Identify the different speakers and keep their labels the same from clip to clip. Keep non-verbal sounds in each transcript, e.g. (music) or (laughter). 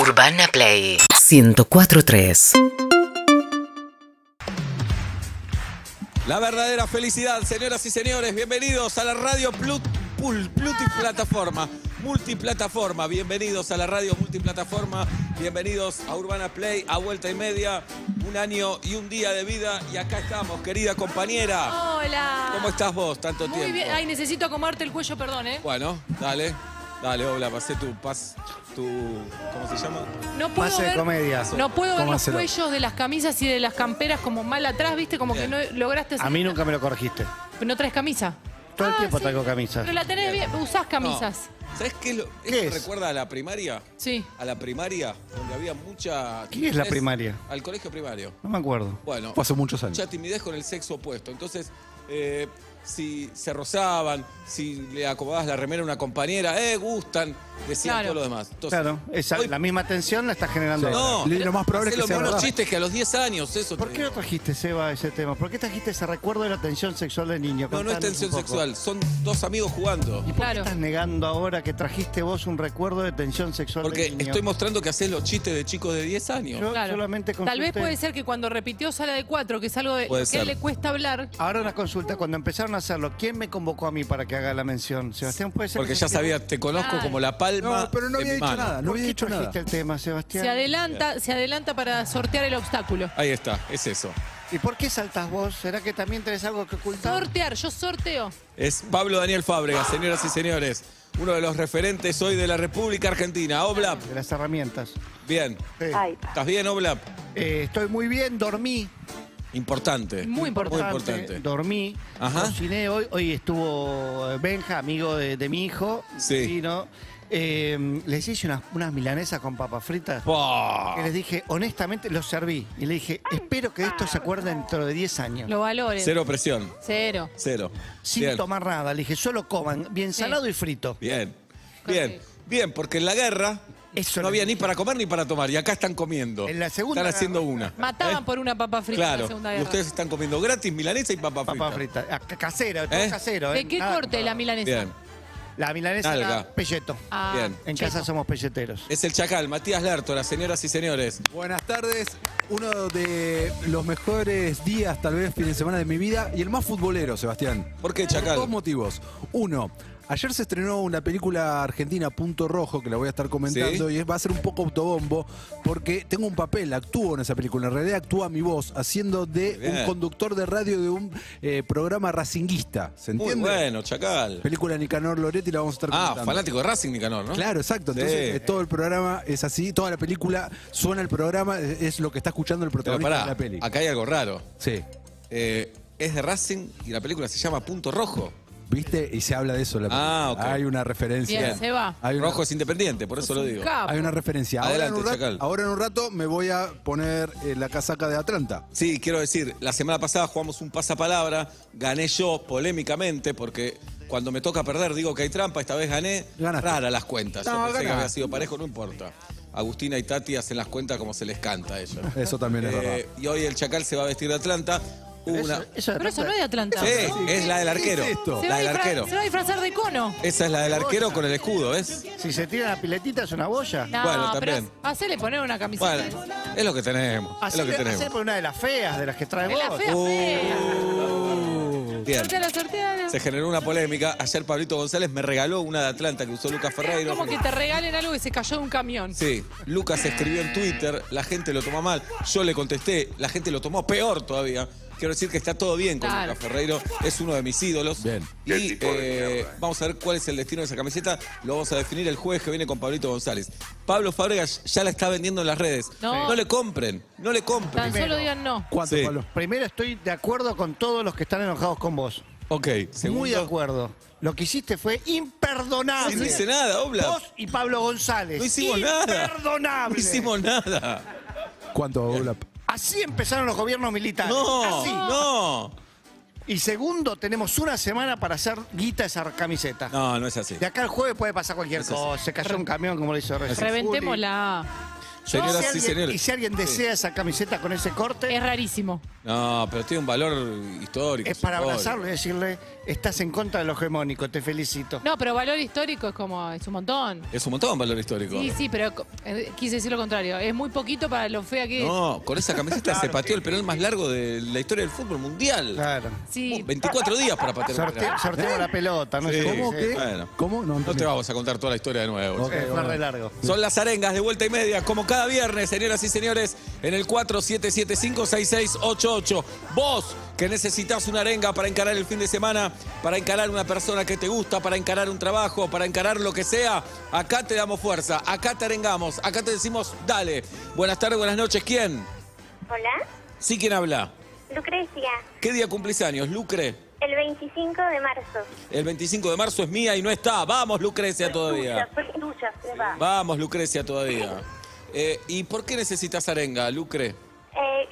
Speaker 1: Urbana Play 1043.
Speaker 2: La verdadera felicidad, señoras y señores, bienvenidos a la radio Plut, Pul- Plutiplataforma, Multiplataforma, bienvenidos a la radio Multiplataforma, bienvenidos a Urbana Play, a Vuelta y Media, un año y un día de vida y acá estamos, querida compañera.
Speaker 3: Hola.
Speaker 2: ¿Cómo estás vos tanto
Speaker 3: Muy
Speaker 2: tiempo?
Speaker 3: bien. Ay, necesito acomodarte el cuello, perdón, ¿eh?
Speaker 2: Bueno, dale, dale, hola, pasé tu pas, tu, ¿cómo se llama?
Speaker 3: No puedo
Speaker 4: Pase de
Speaker 3: ver,
Speaker 4: comedia.
Speaker 3: no puedo ver los
Speaker 4: Cómaselo.
Speaker 3: cuellos de las camisas y de las camperas como mal atrás, ¿viste? Como que
Speaker 2: Bien.
Speaker 3: no lograste hacer-
Speaker 4: A mí nunca me lo corregiste.
Speaker 3: ¿No traes camisa?
Speaker 4: Todo el
Speaker 3: Ah,
Speaker 4: tiempo
Speaker 3: sí.
Speaker 4: traigo camisa.
Speaker 3: Pero la tenés bien, usás camisas.
Speaker 2: No. ¿Sabes qué? es lo-
Speaker 4: ¿Qué
Speaker 2: esto
Speaker 4: es?
Speaker 2: recuerda a la primaria?
Speaker 3: Sí.
Speaker 2: A la primaria, donde había mucha...
Speaker 4: ¿Qué es la
Speaker 2: timidez.
Speaker 4: primaria?
Speaker 2: Al colegio primario.
Speaker 4: No me acuerdo.
Speaker 2: Bueno,
Speaker 5: Fue hace muchos años.
Speaker 2: mucha timidez con el sexo opuesto. Entonces, eh, si se rozaban, si le acomodabas la remera a una compañera, eh, gustan, decían
Speaker 3: Claro.
Speaker 2: todo lo demás. Entonces,
Speaker 4: Claro, esa,
Speaker 2: hoy-
Speaker 4: la misma tensión la estás generando. ahora.
Speaker 2: No,
Speaker 5: Le- lo más probable
Speaker 2: hacé
Speaker 5: es que
Speaker 2: los
Speaker 5: sea
Speaker 2: mismos
Speaker 5: verdad.
Speaker 2: chistes que a los 10 años, eso te
Speaker 4: ¿Por qué
Speaker 2: digo.
Speaker 4: no trajiste, Seba, ese tema? ¿Por qué trajiste ese recuerdo de la tensión sexual del niño?
Speaker 2: No, no es
Speaker 4: Contanos un
Speaker 2: tensión
Speaker 4: poco.
Speaker 2: sexual, son dos amigos jugando.
Speaker 4: ¿Y por qué
Speaker 3: Claro.
Speaker 4: estás negando ahora que trajiste vos un recuerdo de tensión sexual del
Speaker 2: Porque
Speaker 4: niño?
Speaker 2: estoy mostrando que haces los chistes de chicos de 10 años.
Speaker 4: Yo solamente
Speaker 3: Tal vez
Speaker 4: consulté-
Speaker 3: puede ser que cuando repitió sala de cuatro, que es algo de
Speaker 2: Puede
Speaker 3: que a
Speaker 2: ser.
Speaker 3: él le cuesta hablar.
Speaker 4: Ahora una consulta, cuando empezaron a hacerlo, ¿quién me convocó a mí para que haga la mención? Sebastián, puede ser
Speaker 2: Porque
Speaker 4: que-
Speaker 2: ya sabía, te conozco
Speaker 3: Claro.
Speaker 2: como la palma.
Speaker 5: No, pero no
Speaker 2: de
Speaker 5: había
Speaker 2: mi
Speaker 5: dicho
Speaker 2: mano.
Speaker 5: nada, no
Speaker 4: ¿Por
Speaker 5: había
Speaker 4: qué
Speaker 5: dicho nada.
Speaker 4: trajiste el tema, Sebastián?
Speaker 3: Se adelanta, se adelanta para sortear el obstáculo.
Speaker 2: Ahí está, es eso.
Speaker 4: ¿Y por qué saltas vos? ¿Será que también tenés algo que ocultar?
Speaker 3: Sortear, yo sorteo.
Speaker 2: Es Pablo Daniel Fábregas, señoras y señores. Uno de los referentes hoy de la República Argentina. Oblap,
Speaker 4: De las herramientas.
Speaker 2: bien.
Speaker 4: Sí.
Speaker 2: ¿Estás bien, Oblap?
Speaker 4: Eh, estoy muy bien, dormí.
Speaker 2: Importante.
Speaker 3: Muy importante.
Speaker 2: Muy importante.
Speaker 4: Dormí,
Speaker 2: Ajá.
Speaker 4: cociné hoy. Hoy estuvo eh, Benja, amigo de, de mi hijo.
Speaker 2: Sí.
Speaker 4: Vino. Eh, les hice unas, unas milanesas con papas fritas.
Speaker 2: Buah.
Speaker 4: Que les dije, honestamente, los serví. Y le dije, espero que de esto se acuerde dentro de 10 años.
Speaker 3: Lo valores.
Speaker 2: Cero presión.
Speaker 3: Cero.
Speaker 2: Cero.
Speaker 4: Sin
Speaker 2: Bien.
Speaker 4: tomar nada. Le dije, solo coman, bien salado y frito.
Speaker 2: Bien. Bien. Bien, porque en la guerra
Speaker 4: Eso
Speaker 2: no
Speaker 4: le-
Speaker 2: había ni para comer ni para tomar. Y acá están comiendo.
Speaker 4: En la segunda
Speaker 2: Están haciendo
Speaker 4: guerra.
Speaker 2: una. ¿eh?
Speaker 3: Mataban
Speaker 4: ¿Eh?
Speaker 3: por una papa frita en la
Speaker 2: Claro.
Speaker 3: Segunda
Speaker 2: Y
Speaker 3: Guerra.
Speaker 2: ustedes están comiendo gratis milanesa y papa frita.
Speaker 4: Papas fritas. Ah, ca- Casero, todo
Speaker 2: ¿Eh?
Speaker 4: casero. ¿eh?
Speaker 3: ¿De qué
Speaker 4: Nada-
Speaker 3: corte la milanesa?
Speaker 2: Bien.
Speaker 4: La milanesa
Speaker 2: Nalga.
Speaker 4: era pelleto.
Speaker 3: Ah,
Speaker 2: Bien.
Speaker 4: En casa somos pelleteros.
Speaker 2: Es el chacal, Matías Lertora, señoras y señores.
Speaker 5: Buenas tardes. Uno de los mejores días, tal vez fin de semana de mi vida y el más futbolero, Sebastián.
Speaker 2: ¿Por qué
Speaker 5: Por dos
Speaker 2: chacal?
Speaker 5: motivos. Uno, ayer se estrenó una película argentina, Punto Rojo, que la voy a estar comentando
Speaker 2: Sí.
Speaker 5: y es- va a ser un poco autobombo porque tengo un papel, actúo en esa película. En realidad actúa mi voz, haciendo de
Speaker 2: Muy bien.
Speaker 5: un conductor de radio de un eh, programa racinguista. ¿Se
Speaker 2: Muy
Speaker 5: entiende?
Speaker 2: bueno, chacal.
Speaker 5: Película Nicanor Loretti la vamos a estar
Speaker 2: Ah,
Speaker 5: comentando.
Speaker 2: fanático de Racing, Nicanor, ¿no?
Speaker 5: Claro, exacto.
Speaker 2: Sí.
Speaker 5: Entonces eh, todo el programa es así, toda la película suena el programa, es, es lo que está escuchando el
Speaker 2: Pero
Speaker 5: protagonista
Speaker 2: pará,
Speaker 5: de la peli.
Speaker 2: acá hay algo raro.
Speaker 5: Sí.
Speaker 2: Eh, es de Racing y la película se llama Punto Rojo.
Speaker 5: ¿Viste? Y se habla de eso en la película.
Speaker 2: Ah, ok.
Speaker 5: Hay una referencia.
Speaker 3: Bien, se va.
Speaker 5: Hay una,
Speaker 2: Rojo es independiente, por eso lo digo.
Speaker 3: Capo.
Speaker 5: hay una referencia. Ahora en,
Speaker 2: Adelante,
Speaker 5: un rato,
Speaker 2: Chacal.
Speaker 5: ahora en un rato me voy a poner eh, la casaca de Atlanta.
Speaker 2: Sí, quiero decir, la semana pasada jugamos un pasapalabra, gané yo polémicamente porque cuando me toca perder digo que hay trampa, esta vez gané.
Speaker 5: Ganaste.
Speaker 2: Rara las cuentas. yo
Speaker 5: No,
Speaker 2: pensé que
Speaker 5: ganás.
Speaker 2: había sido parejo, no importa. Agustina y Tati hacen las cuentas como se les canta a ellos.
Speaker 5: Eso también es
Speaker 2: Eh,
Speaker 5: verdad.
Speaker 2: y hoy el Chacal se va a vestir de Atlanta. Hubo una-
Speaker 4: Eso- eso de
Speaker 3: Pero eso no es de Atlanta.
Speaker 2: Sí, es la del
Speaker 5: ¿Qué
Speaker 2: arquero.
Speaker 5: es esto?
Speaker 3: Se
Speaker 2: la
Speaker 3: va,
Speaker 2: del
Speaker 3: a disfra-
Speaker 2: arquero.
Speaker 3: se va a disfrazar de cono.
Speaker 2: Esa es la del arquero con el escudo, ¿ves?
Speaker 4: Si se tira la piletita es una boya.
Speaker 3: No,
Speaker 2: Bueno,
Speaker 3: pero
Speaker 2: también.
Speaker 3: ha- hacele poner una camiseta.
Speaker 2: Bueno, es lo que tenemos. Es
Speaker 4: Así
Speaker 2: lo que
Speaker 4: le- así
Speaker 2: tenemos.
Speaker 4: por una de las feas, de las que trae
Speaker 3: Es la
Speaker 4: vos.
Speaker 3: fea, fea.
Speaker 2: Bien.
Speaker 3: Sorteala, sorteala.
Speaker 2: Se generó una polémica. Ayer Pablito González me regaló una de Atlanta que usó Lucas Ferreiro.
Speaker 3: Como que te regalen algo que se cayó de un camión.
Speaker 2: Sí, Lucas escribió en Twitter, la gente lo toma mal. Yo le contesté, la gente lo tomó peor todavía. Quiero decir que está todo bien con
Speaker 3: Claro.
Speaker 2: Lucas Ferreiro, es uno de mis ídolos.
Speaker 5: Bien.
Speaker 2: Y eh, vamos a ver cuál es el destino de esa camiseta. Lo vamos a definir el jueves que viene con Pablito González. Pablo Fábregas ya la está vendiendo en las redes.
Speaker 3: No.
Speaker 2: le compren, no le compren.
Speaker 3: Tan solo digan no.
Speaker 5: ¿Cuánto,
Speaker 2: Sí.
Speaker 5: Pablo?
Speaker 4: Primero estoy de acuerdo con todos los que están enojados con vos.
Speaker 2: Ok, segundo.
Speaker 4: Muy de acuerdo. Lo que hiciste fue imperdonable.
Speaker 2: No hice nada, Obla.
Speaker 4: Vos y Pablo González.
Speaker 2: No hicimos nada.
Speaker 4: Imperdonable.
Speaker 2: No hicimos nada.
Speaker 5: ¿Cuánto, Olap?
Speaker 4: Así empezaron los gobiernos militares.
Speaker 2: No,
Speaker 4: Así.
Speaker 2: no.
Speaker 4: Y segundo, tenemos una semana para hacer guita esa camiseta.
Speaker 2: No, no es así.
Speaker 4: De acá al jueves puede pasar cualquier
Speaker 2: Eso sí.
Speaker 4: cosa. Se cayó un camión como lo hizo recién. Juli.
Speaker 3: Reventémosla.
Speaker 4: si
Speaker 2: Señoras y
Speaker 4: alguien-
Speaker 2: señores.
Speaker 4: y si alguien desea esa camiseta con ese corte,
Speaker 3: Es rarísimo.
Speaker 2: No, pero tiene un valor histórico.
Speaker 4: es para
Speaker 2: simbólico.
Speaker 4: abrazarlo y decirle, estás en contra de lo hegemónico, te felicito.
Speaker 2: Uh,
Speaker 3: No, pero valor histórico es como, es un montón.
Speaker 2: Es un montón valor histórico.
Speaker 3: Sí, sí, pero eh, quise decir lo contrario. Es muy poquito para lo fea que es.
Speaker 2: No, con esa camiseta se pateó el penal más largo de la historia del fútbol mundial.
Speaker 4: Claro.
Speaker 3: Sí,
Speaker 2: 24 días para patear un
Speaker 4: Sorte-
Speaker 2: penal.
Speaker 4: sorteo la pelota, no
Speaker 2: Sí.
Speaker 4: sé.
Speaker 5: ¿Cómo
Speaker 4: sí.
Speaker 5: que?
Speaker 2: Bueno.
Speaker 5: ¿Cómo? No,
Speaker 2: No
Speaker 5: entendí.
Speaker 2: te vamos a contar toda la historia de nuevo.
Speaker 5: Ok,
Speaker 4: Eh, fue
Speaker 5: bueno.
Speaker 4: re largo.
Speaker 2: Son las arengas de vuelta y media, como cada viernes, señoras y señores, en el 47756688. Vos que necesitas una arenga para encarar el fin de semana, para encarar una persona que te gusta, para encarar un trabajo, para encarar lo que sea, acá te damos fuerza, acá te arengamos, acá te decimos, dale. Buenas tardes, buenas noches, ¿quién?
Speaker 6: Hola,
Speaker 2: Sí, ¿quién habla?
Speaker 6: Lucrecia,
Speaker 2: ¿Qué día cumplís años, Lucre?
Speaker 6: el 25 de marzo.
Speaker 2: El 25 de marzo es mía y no está. Vamos, Lucrecia, todavía.
Speaker 6: Fue tuya, fue tuya, va.
Speaker 2: Vamos, Lucrecia, todavía. Eh, ¿Y por qué necesitas arenga, Lucre?
Speaker 6: Eh,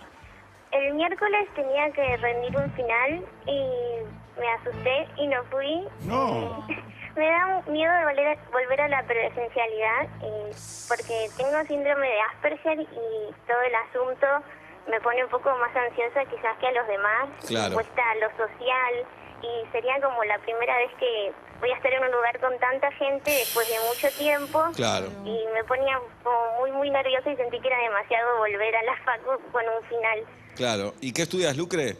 Speaker 6: el miércoles tenía que rendir un final y me asusté y no fui.
Speaker 4: No.
Speaker 6: Eh, me da un miedo de volver a, volver a la presencialidad eh, porque tengo síndrome de Asperger y todo el asunto me pone un poco más ansiosa quizás que a los demás.
Speaker 2: Claro.
Speaker 6: Me cuesta lo social y sería como la primera vez que voy a estar en un lugar con tanta gente después de mucho tiempo.
Speaker 2: Claro.
Speaker 6: Y me ponía como muy, muy nerviosa y sentí que era demasiado volver a la facu con un final.
Speaker 2: Claro. ¿Y qué estudias, Lucre?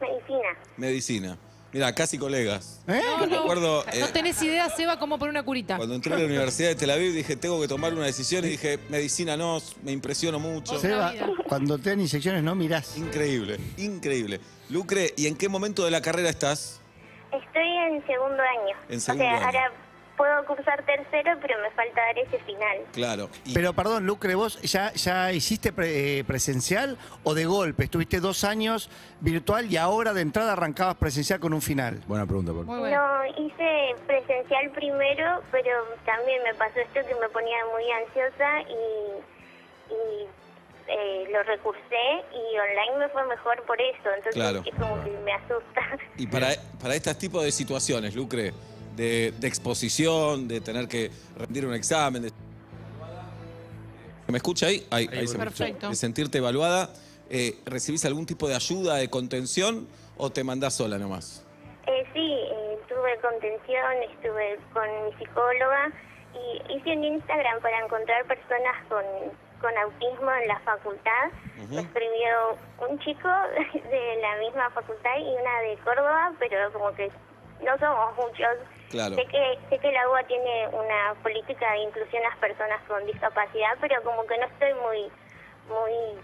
Speaker 6: Medicina.
Speaker 2: Medicina. Mira, casi colegas.
Speaker 4: ¿Eh?
Speaker 3: No, no.
Speaker 2: Recuerdo, eh,
Speaker 3: No tenés idea, Seba, cómo poner una curita.
Speaker 2: Cuando entré a la Universidad de Tel Aviv dije, tengo que tomar una decisión y dije, medicina no, me impresiono mucho.
Speaker 3: Sí.
Speaker 4: Seba,
Speaker 3: vida.
Speaker 4: cuando te dan inyecciones no mirás.
Speaker 2: Increíble, increíble. Lucre, ¿y en qué momento de la carrera estás?
Speaker 6: Estoy en segundo año.
Speaker 2: En segundo
Speaker 6: o sea,
Speaker 2: año.
Speaker 6: ahora puedo cursar tercero, pero me falta dar ese final.
Speaker 2: Claro. Y-
Speaker 4: Pero perdón, Lucre, ¿vos ya, ya hiciste pre- eh, presencial o de golpe? Estuviste dos años virtual y ahora de entrada arrancabas presencial con un final.
Speaker 5: Buena pregunta, por
Speaker 3: Muy bueno.
Speaker 6: No, hice presencial primero, pero también me pasó esto que me ponía muy ansiosa y, y, eh, lo recursé y online me fue mejor por eso. Entonces
Speaker 2: Claro.
Speaker 6: es como que me asusta. (laughs)
Speaker 2: Y para, para este tipo de situaciones, Lucre, de, de exposición, de tener que rendir un examen. de- ¿Se ¿Me escucha ahí? Ahí, ahí se me escucha.
Speaker 3: Perfecto.
Speaker 2: De sentirte evaluada, eh, ¿recibís algún tipo de ayuda, de contención o te mandás sola nomás?
Speaker 6: Eh, sí, eh, tuve contención, estuve con mi psicóloga y hice un Instagram para encontrar personas con, con autismo en la facultad. Me escribió un chico (laughs) de la misma facultad y una de Córdoba, pero como que no somos muchos.
Speaker 2: Claro.
Speaker 6: Sé que, sé que la UBA tiene una política de inclusión a las personas con discapacidad, pero como que no estoy muy, muy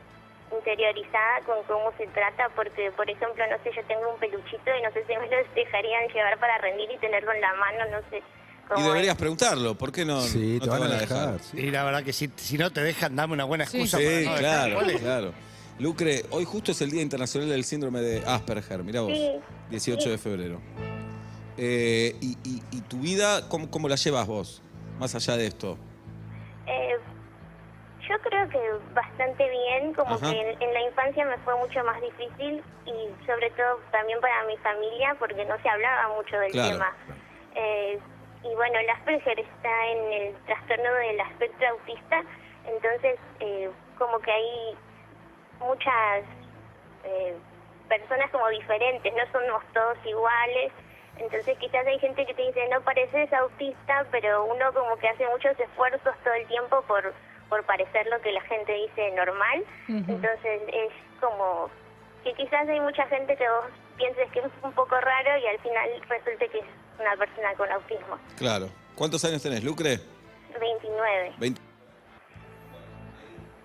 Speaker 6: interiorizada con cómo se trata, porque, por ejemplo, no sé, yo tengo un peluchito y no sé si me lo dejarían llevar para rendir y tenerlo en la mano, no sé.
Speaker 2: Y
Speaker 6: cómo
Speaker 2: deberías preguntarlo, ¿por qué no,
Speaker 5: Sí,
Speaker 2: no
Speaker 5: te van a dejar.
Speaker 4: Y la verdad que si, si no te dejan, dame una buena
Speaker 3: Sí.
Speaker 4: excusa.
Speaker 2: Sí,
Speaker 4: para no dejar
Speaker 2: claro,
Speaker 4: goles.
Speaker 2: claro. Lucre, hoy justo es el Día Internacional del Síndrome de Asperger, mirá vos,
Speaker 6: Sí.
Speaker 2: 18 de febrero. Eh, y, y- y tu vida cómo, cómo la llevas vos, más allá de esto?
Speaker 6: Eh, yo creo que bastante bien, como
Speaker 2: Ajá.
Speaker 6: que en, en la infancia me fue mucho más difícil y sobre todo también para mi familia porque no se hablaba mucho del
Speaker 2: Claro.
Speaker 6: tema. Eh, y bueno, el Asperger está en el trastorno del espectro autista, entonces eh, como que hay muchas eh, personas como diferentes, no somos todos iguales. Entonces quizás hay gente que te dice, no pareces autista, pero uno como que hace muchos esfuerzos todo el tiempo por, por parecer lo que la gente dice normal.
Speaker 3: Ujú.
Speaker 6: Entonces es como que quizás hay mucha gente que vos pienses que es un poco raro y al final resulte que es una persona con autismo.
Speaker 2: Claro. ¿Cuántos años tenés, Lucre?
Speaker 6: 29.
Speaker 2: 20.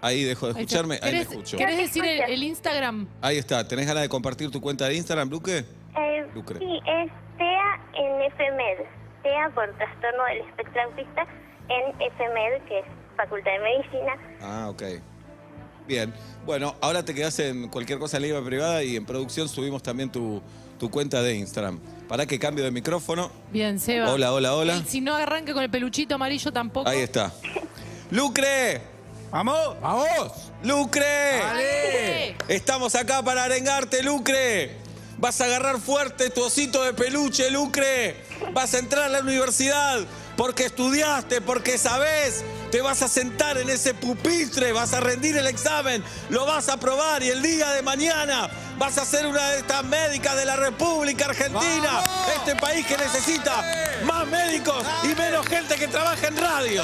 Speaker 2: Ahí dejo de
Speaker 3: Ahí está.
Speaker 2: escucharme, ahí me
Speaker 3: ¿Querés,
Speaker 2: escucho.
Speaker 3: ¿Querés decir el, el Instagram?
Speaker 2: Ahí está, ¿tenés ganas de compartir tu cuenta de Instagram, Lucre?
Speaker 6: Eh,
Speaker 2: Lucre.
Speaker 6: sí, es TEA en FMED. TEA por trastorno del espectro autista en FMED, que es Facultad de Medicina.
Speaker 2: Ah, ok. Bien. Bueno, ahora te quedás en cualquier cosa en la IVA privada y en producción subimos también tu, tu cuenta de Instagram. Para que cambio de micrófono.
Speaker 3: Bien, Seba.
Speaker 2: Hola, hola, hola.
Speaker 3: Y si no arranca con el peluchito amarillo tampoco.
Speaker 2: Ahí está. ¡Lucre!
Speaker 4: ¡Vamos!
Speaker 5: ¡Vamos!
Speaker 2: ¡Lucre!
Speaker 3: ¡Ale!
Speaker 2: Estamos acá para arengarte, Lucre. Vas a agarrar fuerte tu osito de peluche, Lucre. Vas a entrar a la universidad porque estudiaste, porque sabés, Te vas a sentar en ese pupitre, vas a rendir el examen, lo vas a probar y el día de mañana vas a ser una de estas médicas de la República Argentina,
Speaker 5: ¡Vamos!
Speaker 2: este país que necesita más médicos y menos gente que trabaja en radio.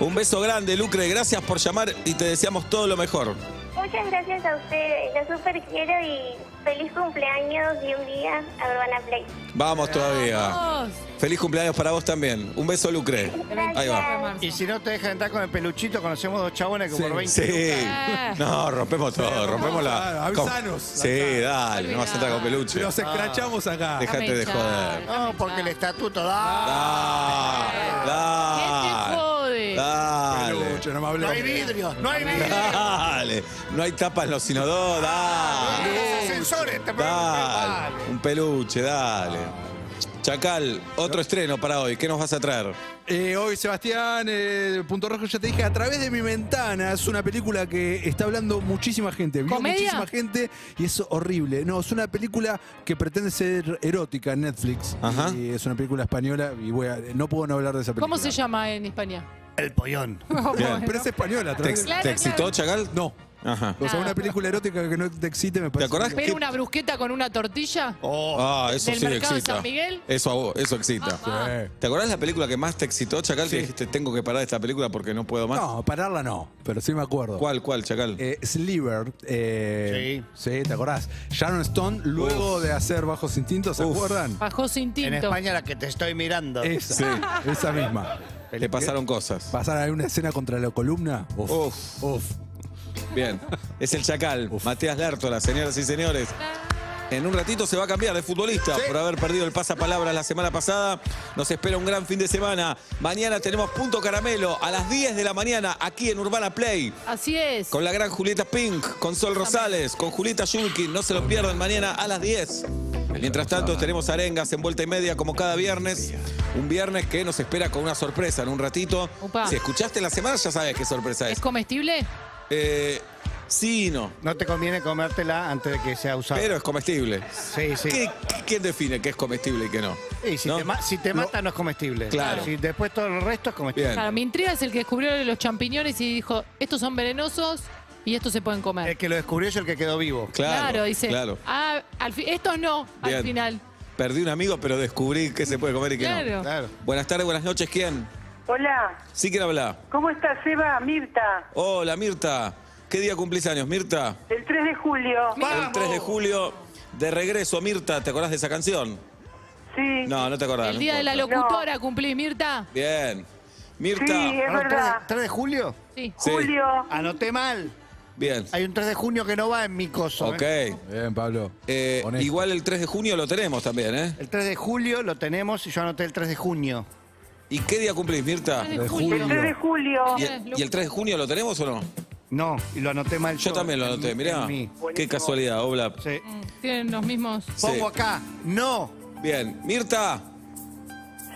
Speaker 2: Un beso grande, Lucre, gracias por llamar y te deseamos todo lo mejor.
Speaker 6: Muchas gracias a usted, lo super quiero y feliz cumpleaños y un día a Urbana Play.
Speaker 2: Vamos todavía.
Speaker 3: Vamos.
Speaker 2: Feliz cumpleaños para vos también. Un beso, Lucre. Ahí va.
Speaker 4: Y si no te dejan entrar con el peluchito, conocemos dos chabones que
Speaker 5: Sí,
Speaker 4: por 20
Speaker 2: Sí. No, rompemos todo, rompemos
Speaker 5: Claro,
Speaker 2: la. con-
Speaker 5: avisanos.
Speaker 2: Sí, dale, no vas a entrar con peluche.
Speaker 5: Nos escrachamos acá.
Speaker 2: Déjate de joder.
Speaker 4: No, porque el estatuto da.
Speaker 2: Ah,
Speaker 3: ¿Qué te jode?
Speaker 2: Dale. Dale.
Speaker 5: Peluche, no me hables.
Speaker 4: No hay vidrios, no hay vidrios.
Speaker 2: Dale. No hay tapas en los sinodos, dale.
Speaker 4: Los ascensores,
Speaker 2: Dale.
Speaker 4: te preguntan.
Speaker 2: Un peluche, dale. Chacal, otro estreno para hoy. ¿Qué nos vas a traer?
Speaker 5: Eh, hoy, Sebastián, eh, Punto Rojo, ya te dije, a través de mi ventana es una película que está hablando muchísima gente. Vio
Speaker 3: ¿Comedia?
Speaker 5: muchísima gente y es horrible. No, es una película que pretende ser erótica en Netflix.
Speaker 2: Ajá.
Speaker 5: Y es una película española y voy a- no puedo no hablar de esa película.
Speaker 3: ¿Cómo se llama en España?
Speaker 4: El
Speaker 3: (laughs)
Speaker 4: pollón.
Speaker 2: Bien.
Speaker 5: Pero es española. a
Speaker 2: ¿Te,
Speaker 5: través de-
Speaker 3: Claro,
Speaker 2: te excitó,
Speaker 3: claro.
Speaker 2: Chacal?
Speaker 5: No.
Speaker 2: Ajá.
Speaker 5: O sea, una película erótica que no te excite me parece.
Speaker 2: acordás?
Speaker 3: ¿Pero una brusqueta con una tortilla?
Speaker 2: Ah, eso
Speaker 3: Oh, ¿Del
Speaker 2: sí
Speaker 3: mercado de
Speaker 2: excita.
Speaker 3: San Miguel? Ah,
Speaker 2: Eso a vos, eso excita.
Speaker 5: Eh,
Speaker 2: ¿Te acordás la película que más te excitó, Chacal?
Speaker 5: Sí.
Speaker 2: Que dijiste, tengo que parar esta película porque no puedo más.
Speaker 5: No, pararla no, pero sí me acuerdo.
Speaker 2: ¿Cuál, cuál, Chacal?
Speaker 5: Eh, Sliver. eh, sí. ¿te acordás? Sharon Stone, luego
Speaker 2: Uf.
Speaker 5: de hacer Bajos Instintos, ¿se
Speaker 2: Uf.
Speaker 5: acuerdan?
Speaker 3: Bajó sin
Speaker 4: En
Speaker 3: tinto.
Speaker 4: España la que te estoy mirando. (laughs)
Speaker 5: Esa, esa misma.
Speaker 2: Te pasaron cosas. Oh,
Speaker 5: Pasar a una escena contra la columna. Uf.
Speaker 2: Uf.
Speaker 5: uf.
Speaker 2: Bien. Es el Chacal, Matías Lártola, señoras y señores. En un ratito se va a cambiar de futbolista por haber perdido el pasapalabra la semana pasada. Nos espera un gran fin de semana. Mañana tenemos Punto Caramelo a las 10 de la mañana aquí en Urbana Play.
Speaker 3: Así es.
Speaker 2: Con la gran Julieta Pink, con Sol Rosales, con Julieta Yulkin. No se lo pierdan mañana a las 10. Mientras tanto, tenemos arengas en vuelta y media como cada viernes. Un viernes que nos espera con una sorpresa en un ratito.
Speaker 3: Upa.
Speaker 2: Si escuchaste la semana, ya sabes qué sorpresa
Speaker 3: ¿Es
Speaker 2: es.
Speaker 3: comestible?
Speaker 2: Eh, sí y no,
Speaker 4: No te conviene comértela antes de que sea usada.
Speaker 2: pero es comestible.
Speaker 4: sí, sí.
Speaker 2: ¿Qué- qué- ¿Quién define qué es comestible y qué no?
Speaker 4: Y si,
Speaker 2: ¿No?
Speaker 4: te, ma- si te mata no es comestible.
Speaker 2: Claro.
Speaker 4: Si después todo el resto es comestible.
Speaker 2: Bien.
Speaker 3: Claro, mi intriga es el que descubrió los champiñones y dijo, estos son venenosos y estos se pueden comer.
Speaker 4: El que lo descubrió es el que quedó vivo.
Speaker 2: Claro,
Speaker 3: dice.
Speaker 2: claro.
Speaker 3: Ah, al fi- estos no,
Speaker 2: Bien.
Speaker 3: al final.
Speaker 2: Perdí un amigo, pero descubrí qué se puede comer y qué
Speaker 3: Claro.
Speaker 4: Claro.
Speaker 2: no. Buenas tardes, buenas noches. ¿Quién?
Speaker 7: Hola,
Speaker 2: Sí, quién habla.
Speaker 7: ¿cómo estás, Eva? Mirta,
Speaker 2: Hola, Mirta. ¿Qué día cumplís años, Mirta?
Speaker 7: el 3 de julio.
Speaker 2: El 3 de julio, de regreso, Mirta, ¿te acordás de esa canción?
Speaker 7: Sí,
Speaker 2: No, no te acordás.
Speaker 3: El
Speaker 2: no
Speaker 3: día de la
Speaker 2: importa.
Speaker 3: locutora cumplí, Mirta.
Speaker 2: Bien.
Speaker 7: sí,
Speaker 2: Mirta.
Speaker 7: es
Speaker 4: Perdón, ¿3,
Speaker 7: verdad.
Speaker 4: de julio?
Speaker 3: Sí.
Speaker 2: Sí,
Speaker 7: Julio,
Speaker 4: Anoté mal.
Speaker 2: Bien.
Speaker 4: Hay un 3 de junio que no va en mi coso.
Speaker 2: Ok.
Speaker 4: ¿eh?
Speaker 5: Bien, Pablo.
Speaker 2: Eh,
Speaker 5: Honesto.
Speaker 2: igual el 3 de junio lo tenemos también, ¿eh?
Speaker 4: El 3 de julio lo tenemos y yo anoté el 3 de junio.
Speaker 2: ¿Y qué día cumplís, Mirta?
Speaker 5: de
Speaker 7: el 3 de julio.
Speaker 2: ¿Y el, y el 3 de junio lo tenemos o no?
Speaker 4: No, y lo anoté mal yo.
Speaker 2: Yo también lo
Speaker 4: en
Speaker 2: anoté,
Speaker 4: mi-
Speaker 2: mirá.
Speaker 4: en mi-
Speaker 2: Qué casualidad, Obla.
Speaker 4: Sí.
Speaker 3: Tienen los mismos.
Speaker 2: Sí.
Speaker 4: Pongo acá, no.
Speaker 2: Bien. Mirta,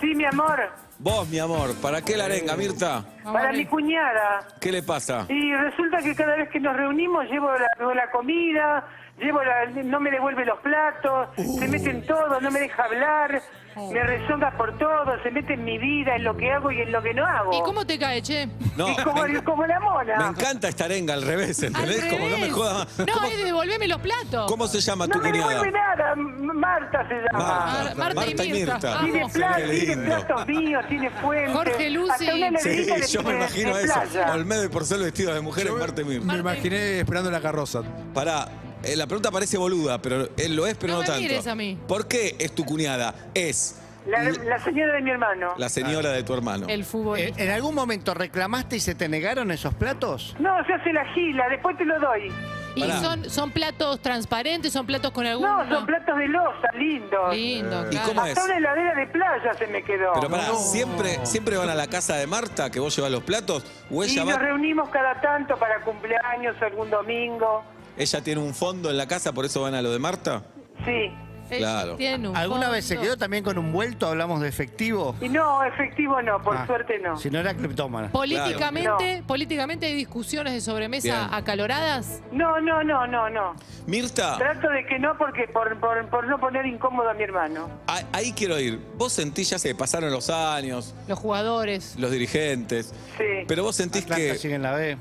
Speaker 7: Sí, mi amor,
Speaker 2: vos, mi amor, ¿para qué la arenga, Mirta?
Speaker 3: Vamos
Speaker 7: para
Speaker 3: a ver.
Speaker 7: mi cuñada.
Speaker 2: ¿Qué le pasa?
Speaker 7: Y resulta que cada vez que nos reunimos llevo la, llevo la comida, llevo la- no me devuelve los platos,
Speaker 2: Uh.
Speaker 7: se mete en todo, no me deja hablar,
Speaker 3: Oh.
Speaker 7: me rezonga por todo, se mete en mi vida, en lo que hago y en lo que no hago.
Speaker 3: ¿Y cómo te cae, che?
Speaker 2: No,
Speaker 7: Y como,
Speaker 2: me,
Speaker 7: como la mona.
Speaker 2: me encanta esta arenga al revés, ¿entendés?
Speaker 3: Al
Speaker 2: Como no me
Speaker 3: revés.
Speaker 2: jodas más.
Speaker 3: No,
Speaker 2: ¿Cómo,
Speaker 3: es devolveme los platos.
Speaker 2: cómo se llama tu
Speaker 7: No me
Speaker 2: cuñada?
Speaker 7: devuelve nada, M- Marta se llama.
Speaker 2: Marta,
Speaker 3: Mar- Ah, Marta y Mirta.
Speaker 7: Tiene,
Speaker 3: Vamos.
Speaker 7: pla- tiene
Speaker 2: Lindo.
Speaker 7: platos míos, tiene fuentes.
Speaker 3: Jorge Lucy.
Speaker 7: Hasta una
Speaker 2: Sí,
Speaker 7: neverita de-
Speaker 2: yo me
Speaker 7: de-
Speaker 2: imagino
Speaker 7: de
Speaker 2: eso.
Speaker 7: playa.
Speaker 2: Olmedo y Porcel vestidos de mujer en Marte mismo.
Speaker 5: Me imaginé esperando la carroza.
Speaker 2: Pará, eh, la pregunta parece boluda, pero él lo es, pero no,
Speaker 3: No me
Speaker 2: tanto.
Speaker 3: mires a mí.
Speaker 2: ¿Por qué es tu cuñada? Es
Speaker 7: La, la señora de mi hermano.
Speaker 2: la señora de tu hermano.
Speaker 3: El fútbol.
Speaker 4: Eh, ¿En algún momento reclamaste y se te negaron esos platos?
Speaker 7: No, se hace la gila, después te lo doy.
Speaker 3: ¿Y
Speaker 2: pará.
Speaker 3: son, son platos transparentes? ¿Son platos con algún...?
Speaker 7: No, son platos de losa, lindos.
Speaker 3: Lindo,
Speaker 2: Eh. ¿Y
Speaker 3: claro.
Speaker 2: cómo es?
Speaker 7: Hasta una heladera de playa se me quedó.
Speaker 2: Pero pará, ¿siempre, ¿siempre van a la casa de Marta que vos llevas los platos? ¿O
Speaker 7: y
Speaker 2: ella
Speaker 7: nos
Speaker 2: va,
Speaker 7: reunimos cada tanto para cumpleaños, algún domingo.
Speaker 2: ella tiene un fondo en la casa, por eso van a lo de Marta?
Speaker 7: Sí.
Speaker 3: Ellos
Speaker 2: Claro.
Speaker 3: tienen un
Speaker 4: ¿Alguna vez se
Speaker 3: fondo.
Speaker 4: quedó también con un vuelto? Hablamos de efectivo.
Speaker 7: Y no, efectivo no, por
Speaker 4: Ah,
Speaker 7: suerte no.
Speaker 4: Si no era criptómana.
Speaker 3: Políticamente, políticamente hay discusiones de sobremesa
Speaker 2: Bien.
Speaker 3: acaloradas.
Speaker 7: No, no, no, no, no.
Speaker 2: Mirta,
Speaker 7: Trato de que no porque por, por, por no poner incómodo a mi hermano.
Speaker 2: a- ahí quiero ir. Vos sentís, ya se pasaron los años,
Speaker 3: Los jugadores.
Speaker 2: los dirigentes,
Speaker 7: Sí.
Speaker 2: pero vos sentís
Speaker 4: Atlanta
Speaker 2: que...
Speaker 4: sigue en la B.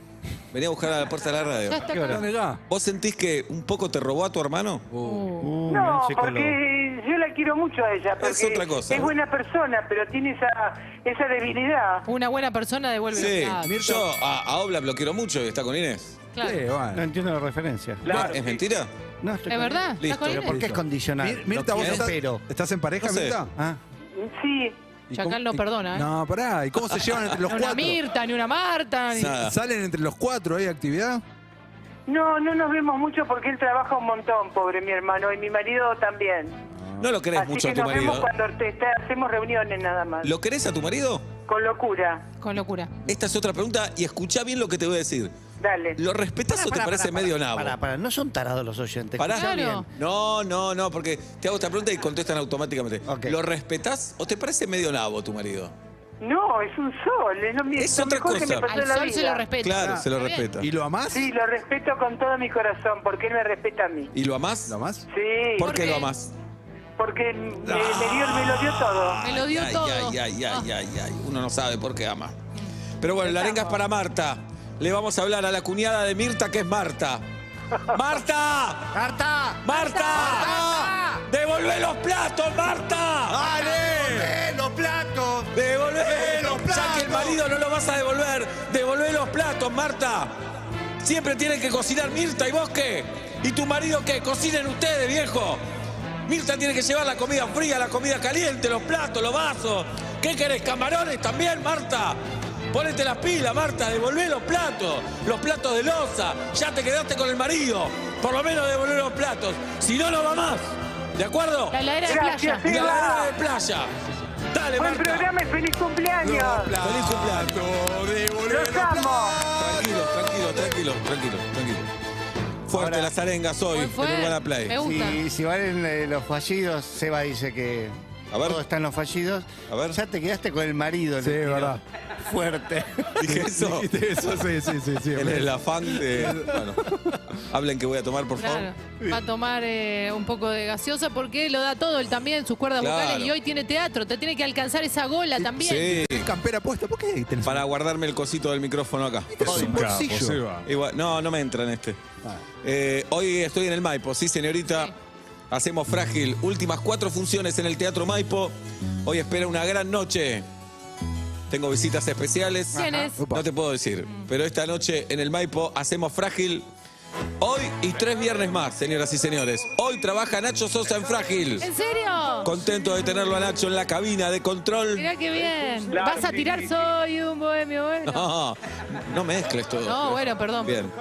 Speaker 2: Venía a buscar a la puerta de la radio.
Speaker 3: Ya está
Speaker 4: ¿Qué hora?
Speaker 3: acá.
Speaker 5: ¿Dónde ya?
Speaker 2: ¿Vos sentís que un poco te robó a tu hermano?
Speaker 3: Uh.
Speaker 4: Uh,
Speaker 7: No,
Speaker 4: un psicólogo.
Speaker 7: porque yo la quiero mucho a ella. Porque
Speaker 2: Es otra cosa.
Speaker 7: es buena persona, pero tiene esa, esa debilidad.
Speaker 3: Una buena persona devuelve
Speaker 2: Sí,
Speaker 3: los datos.
Speaker 2: yo a, a Oblap lo quiero mucho y está con Inés.
Speaker 3: Ah, Claro.
Speaker 5: Sí,
Speaker 4: No
Speaker 5: bueno.
Speaker 4: entiendo la referencia.
Speaker 7: Claro,
Speaker 2: ¿Es
Speaker 7: sí.
Speaker 2: mentira?
Speaker 4: No, estoy
Speaker 3: ¿Es
Speaker 4: con-
Speaker 3: verdad? ¿Estás
Speaker 2: Listo,
Speaker 3: con
Speaker 4: Pero
Speaker 3: émine?
Speaker 4: ¿por qué es condicional?
Speaker 5: Mir- Mirta,
Speaker 4: Lo
Speaker 5: vos
Speaker 4: quiero,
Speaker 5: estás,
Speaker 4: pero-
Speaker 5: estás en pareja,
Speaker 2: No sé.
Speaker 5: Mirta?
Speaker 4: Ah,
Speaker 7: Sí.
Speaker 5: ¿Y
Speaker 3: Chacal
Speaker 5: cómo-
Speaker 3: no
Speaker 5: y-
Speaker 3: perdona, ¿eh?
Speaker 5: No, pará. ¿Y cómo se llevan entre los
Speaker 3: Ni (laughs) una
Speaker 5: cuatro?
Speaker 3: Mirta, ni una Marta. ni-
Speaker 2: Nada.
Speaker 5: ¿Salen entre los cuatro? ¿Hay actividad?
Speaker 7: No, no nos vemos mucho porque él trabaja un montón, pobre mi hermano, y mi marido también.
Speaker 2: No lo querés
Speaker 7: Así
Speaker 2: mucho a
Speaker 7: que
Speaker 2: tu
Speaker 7: nos vemos
Speaker 2: marido.
Speaker 7: cuando te- te- hacemos reuniones nada más.
Speaker 2: ¿Lo querés a tu marido?
Speaker 7: Con locura.
Speaker 3: Con locura.
Speaker 2: Esta es otra pregunta y escuchá bien lo que te voy a decir.
Speaker 7: Dale.
Speaker 2: ¿Lo respetás o te parece medio nabo?
Speaker 4: Para, para, no son tarados los oyentes.
Speaker 2: Pará.
Speaker 4: escuchá
Speaker 3: Claro.
Speaker 4: bien.
Speaker 2: No, no, no, porque te hago esta pregunta y contestan automáticamente.
Speaker 4: Ok.
Speaker 2: ¿Lo respetás o te parece medio nabo tu marido?
Speaker 7: No, es un sol. Es lo, mi-
Speaker 2: Es
Speaker 7: lo
Speaker 2: otra
Speaker 7: mejor que
Speaker 2: cosa.
Speaker 7: me pasó
Speaker 3: Al
Speaker 7: en la
Speaker 3: sol
Speaker 7: vida.
Speaker 3: se lo respeta.
Speaker 2: Claro, se lo
Speaker 3: Está bien.
Speaker 2: respeta.
Speaker 5: ¿Y lo amás?
Speaker 7: Sí, lo respeto con todo mi corazón porque él me respeta a mí.
Speaker 2: ¿Y lo amás?
Speaker 5: ¿Lo amás?
Speaker 7: Sí,
Speaker 2: ¿Por qué
Speaker 3: Porque-
Speaker 2: lo amás?
Speaker 7: porque me, me dio, me lo dio todo.
Speaker 3: Me lo dio
Speaker 2: ay,
Speaker 3: todo. Ah.
Speaker 2: Ay, ay, ay, ay, ay. Uno no sabe por qué ama.
Speaker 3: Mm.
Speaker 2: Pero bueno, la
Speaker 7: Estamos.
Speaker 2: arenga es para Marta. Le vamos a hablar a la cuñada de Mirta, que es Marta. ¡Marta!
Speaker 4: ¡Carta!
Speaker 2: ¡Marta! ¡Devolvé los platos, Marta!
Speaker 4: ¡Dale! ¡Los platos!
Speaker 2: ¡Devolvé
Speaker 4: los
Speaker 2: los platos! Ya que el
Speaker 4: platos.
Speaker 2: marido no lo vas a devolver, devolvé los platos, Marta. Siempre tienen que cocinar Mirta y vos qué. ¿Y tu marido qué? Cocinen ustedes, viejo. Mirta tiene que llevar la comida fría, la comida caliente, los platos, los vasos. ¿Qué querés? ¿Camarones también, Marta? Ponete las pilas, Marta, devolvé los platos, los platos de loza. Ya te quedaste con el marido. Por lo menos devolvé los platos. Si no, no va más. ¿De acuerdo?
Speaker 3: La heladera de
Speaker 2: Y
Speaker 7: Gracias,
Speaker 3: playa.
Speaker 7: sí.
Speaker 2: la
Speaker 7: Eva.
Speaker 2: ladera de playa. Dale,
Speaker 7: Buen
Speaker 2: Marta.
Speaker 7: programa y feliz cumpleaños.
Speaker 2: Feliz cumpleaños.
Speaker 7: Los amo.
Speaker 2: Tranquilo, tranquilo, tranquilo, tranquilo, tranquilo. Fuerte
Speaker 4: Ahora-
Speaker 2: las arengas hoy
Speaker 3: Buen
Speaker 2: en
Speaker 3: fue.
Speaker 2: Urbana Play.
Speaker 3: Me gusta.
Speaker 2: (laughs)
Speaker 4: Si, si valen eh, los fallidos, Seba dice que
Speaker 2: A ver.
Speaker 4: todo está en los fallidos.
Speaker 2: A ver.
Speaker 4: Ya te quedaste con el marido. le
Speaker 5: Sí,
Speaker 4: tiro.
Speaker 5: verdad.
Speaker 4: Fuerte.
Speaker 2: (laughs) Dije eso
Speaker 5: Dijiste eso, sí, sí, sí. sí.
Speaker 2: en el afán de.
Speaker 5: (laughs)
Speaker 2: Bueno, hablen que voy a tomar, por favor.
Speaker 3: Claro. Va a tomar eh, un poco de gaseosa porque lo da todo él también, sus cuerdas
Speaker 2: Claro.
Speaker 3: vocales. Y hoy tiene teatro. Te tiene que alcanzar esa gola también.
Speaker 2: Sí,
Speaker 5: Campera puesta, ¿por qué tenés Este
Speaker 2: para guardarme el cosito del micrófono acá.
Speaker 5: un- un bolsillo?
Speaker 2: Igual- no, no me entra en este.
Speaker 5: Ah.
Speaker 2: Eh, hoy estoy en el Maipo, sí, señorita.
Speaker 3: Sí.
Speaker 2: Hacemos frágil. Últimas cuatro funciones en el Teatro Maipo. Hoy espera una gran noche. Tengo visitas especiales.
Speaker 3: ¿Quiénes?
Speaker 5: Upa.
Speaker 2: No te puedo decir.
Speaker 5: Mm.
Speaker 2: Pero esta noche en el Maipo hacemos frágil. Hoy y tres viernes más, señoras y señores. Hoy trabaja Nacho Sosa en Frágil.
Speaker 3: ¿En serio?
Speaker 2: Contento de tenerlo a Nacho en la cabina de control.
Speaker 3: Mirá qué bien. ¿Vas a tirar soy un bohemio? eh? No.
Speaker 2: No, no mezcles todo.
Speaker 3: No, bueno, perdón.
Speaker 2: Bien.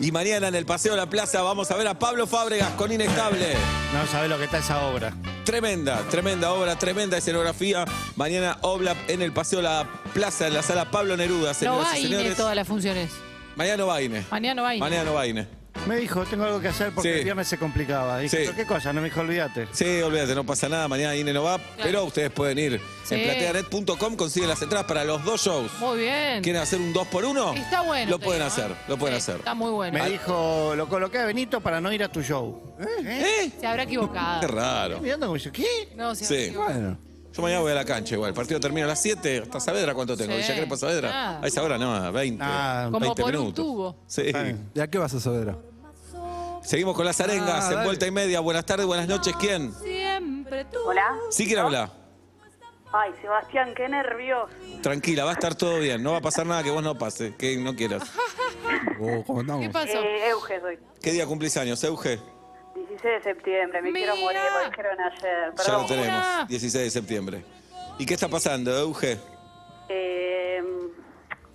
Speaker 2: Y mañana en el Paseo de la Plaza vamos a ver a Pablo Fábregas con Inestable.
Speaker 4: No sabes lo que está esa obra.
Speaker 2: Tremenda, tremenda obra, tremenda escenografía. Mañana Oblap en el Paseo de la Plaza, en la sala Pablo Neruda,
Speaker 3: No
Speaker 2: señoras
Speaker 3: va
Speaker 2: y
Speaker 3: Ine
Speaker 2: señores.
Speaker 3: todas las funciones.
Speaker 2: Mañana no va Ine.
Speaker 3: Mañana va Ine.
Speaker 2: Mañana no va Ine.
Speaker 4: Me dijo, tengo algo que hacer porque
Speaker 2: Sí.
Speaker 4: el viernes se complicaba. Dije,
Speaker 2: Sí.
Speaker 4: "¿Pero ¿qué cosa? No me dijo, olvídate.
Speaker 2: Sí, olvídate, no pasa nada, mañana Ine no va, pero ustedes pueden ir.
Speaker 3: Sí.
Speaker 2: En plateanet.com consiguen las entradas para los dos shows.
Speaker 3: Muy bien.
Speaker 2: ¿Quieren hacer un 2 por 1
Speaker 3: Está bueno.
Speaker 2: Lo
Speaker 3: te
Speaker 2: pueden
Speaker 3: digo,
Speaker 2: hacer,
Speaker 3: ¿eh?
Speaker 2: lo pueden
Speaker 3: Sí,
Speaker 2: hacer.
Speaker 3: Está muy bueno.
Speaker 4: Me dijo, lo coloqué a Benito para no ir a tu show. ¿Eh?
Speaker 2: ¿Eh?
Speaker 3: Se habrá
Speaker 2: Qué
Speaker 3: equivocado.
Speaker 2: raro.
Speaker 4: Mirando como yo, ¿qué?
Speaker 3: No, se
Speaker 2: Sí.
Speaker 3: habrá equivocado.
Speaker 5: Bueno.
Speaker 2: Yo mañana voy a la cancha igual. El partido termina a las 7. ¿Hasta Saavedra cuánto tengo?
Speaker 3: Sí.
Speaker 2: ¿Villa Crespo Saavedra?
Speaker 3: Ah.
Speaker 2: A esa hora no, a 20.
Speaker 4: Ah,
Speaker 3: Como
Speaker 2: 20
Speaker 3: por un
Speaker 2: minutos.
Speaker 3: tubo.
Speaker 2: Sí.
Speaker 5: ¿De a qué vas a saber?
Speaker 2: Seguimos con las arengas
Speaker 5: Ah,
Speaker 2: en
Speaker 5: dale.
Speaker 2: vuelta y media. Buenas tardes, buenas noches. ¿Quién?
Speaker 3: Siempre tú.
Speaker 8: Hola.
Speaker 2: Sí, quiere hablar.
Speaker 8: Ay, Sebastián, qué nervios.
Speaker 2: Tranquila, va a estar todo bien. No va a pasar nada que vos no pase, que no quieras.
Speaker 5: Oh, ¿cómo
Speaker 3: ¿Qué
Speaker 5: andamos?
Speaker 3: pasó?
Speaker 8: Eh, Euge soy.
Speaker 2: ¿Qué día cumplís años, Euge?
Speaker 8: 16 de septiembre, me
Speaker 3: Mira.
Speaker 8: quiero morir, me dijeron ayer.
Speaker 2: Ya lo
Speaker 8: Perdón.
Speaker 2: tenemos,
Speaker 3: Hola.
Speaker 2: 16 de septiembre. ¿Y qué está pasando, Euge?
Speaker 8: Eh,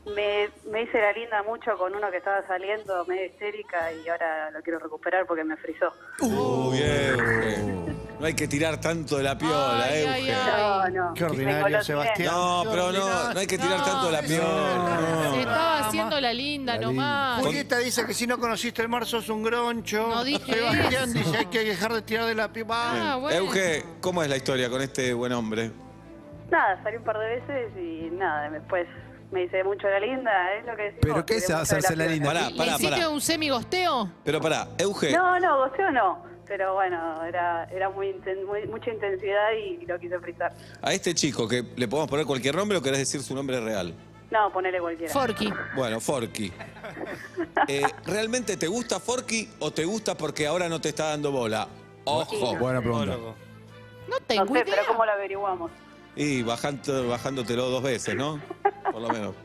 Speaker 8: me, me hice la linda mucho con uno que estaba saliendo
Speaker 5: Oh.
Speaker 8: medio histérica y ahora lo quiero recuperar porque me frizó.
Speaker 2: Uy, Euge. No hay que tirar tanto de la piola,
Speaker 3: Ay,
Speaker 2: eh,
Speaker 3: ay,
Speaker 2: Euge.
Speaker 3: ay.
Speaker 8: No, no.
Speaker 4: Qué ordinario,
Speaker 8: Me coló
Speaker 4: Sebastián.
Speaker 2: No, pero no, no hay que tirar
Speaker 3: No,
Speaker 2: tanto de la
Speaker 3: sí, Se
Speaker 2: piola.
Speaker 3: estaba haciendo la linda
Speaker 5: La
Speaker 3: nomás.
Speaker 4: Julieta dice que si no conociste el marzo es un groncho.
Speaker 3: No dije
Speaker 4: Sebastián
Speaker 3: eso.
Speaker 4: dice hay que dejar de tirar de la pipa.
Speaker 3: Ah,
Speaker 2: no.
Speaker 3: bueno.
Speaker 2: Euge, ¿cómo es la historia con este buen hombre?
Speaker 8: Nada, salí un par de veces y nada, después me hice mucho la linda, es lo que decimos,
Speaker 5: ¿Pero qué
Speaker 8: me
Speaker 5: es
Speaker 8: hice mucho
Speaker 5: hacerse
Speaker 8: de
Speaker 5: la linda?
Speaker 2: Pará,
Speaker 3: ¿Le
Speaker 2: pará,
Speaker 3: hiciste
Speaker 2: pará.
Speaker 3: un semigosteo?
Speaker 2: Pero pará, Euge,
Speaker 8: No, no, gosteo no, pero bueno, era era muy, inten- muy- mucha intensidad y lo quise fritar.
Speaker 2: a este chico que le podemos poner cualquier nombre o querés decir su nombre real.
Speaker 8: No, ponele cualquiera.
Speaker 3: Forky.
Speaker 2: Bueno,
Speaker 8: (laughs)
Speaker 2: Forky. Eh, ¿Realmente te gusta Forky o te gusta porque ahora no te está dando bola? Ojo.
Speaker 5: Buena pregunta.
Speaker 3: No
Speaker 8: no
Speaker 3: tengo
Speaker 8: sé,
Speaker 3: idea.
Speaker 8: pero ¿cómo lo averiguamos?
Speaker 2: Y bajando, bajándotelo dos veces, ¿no? Por lo menos.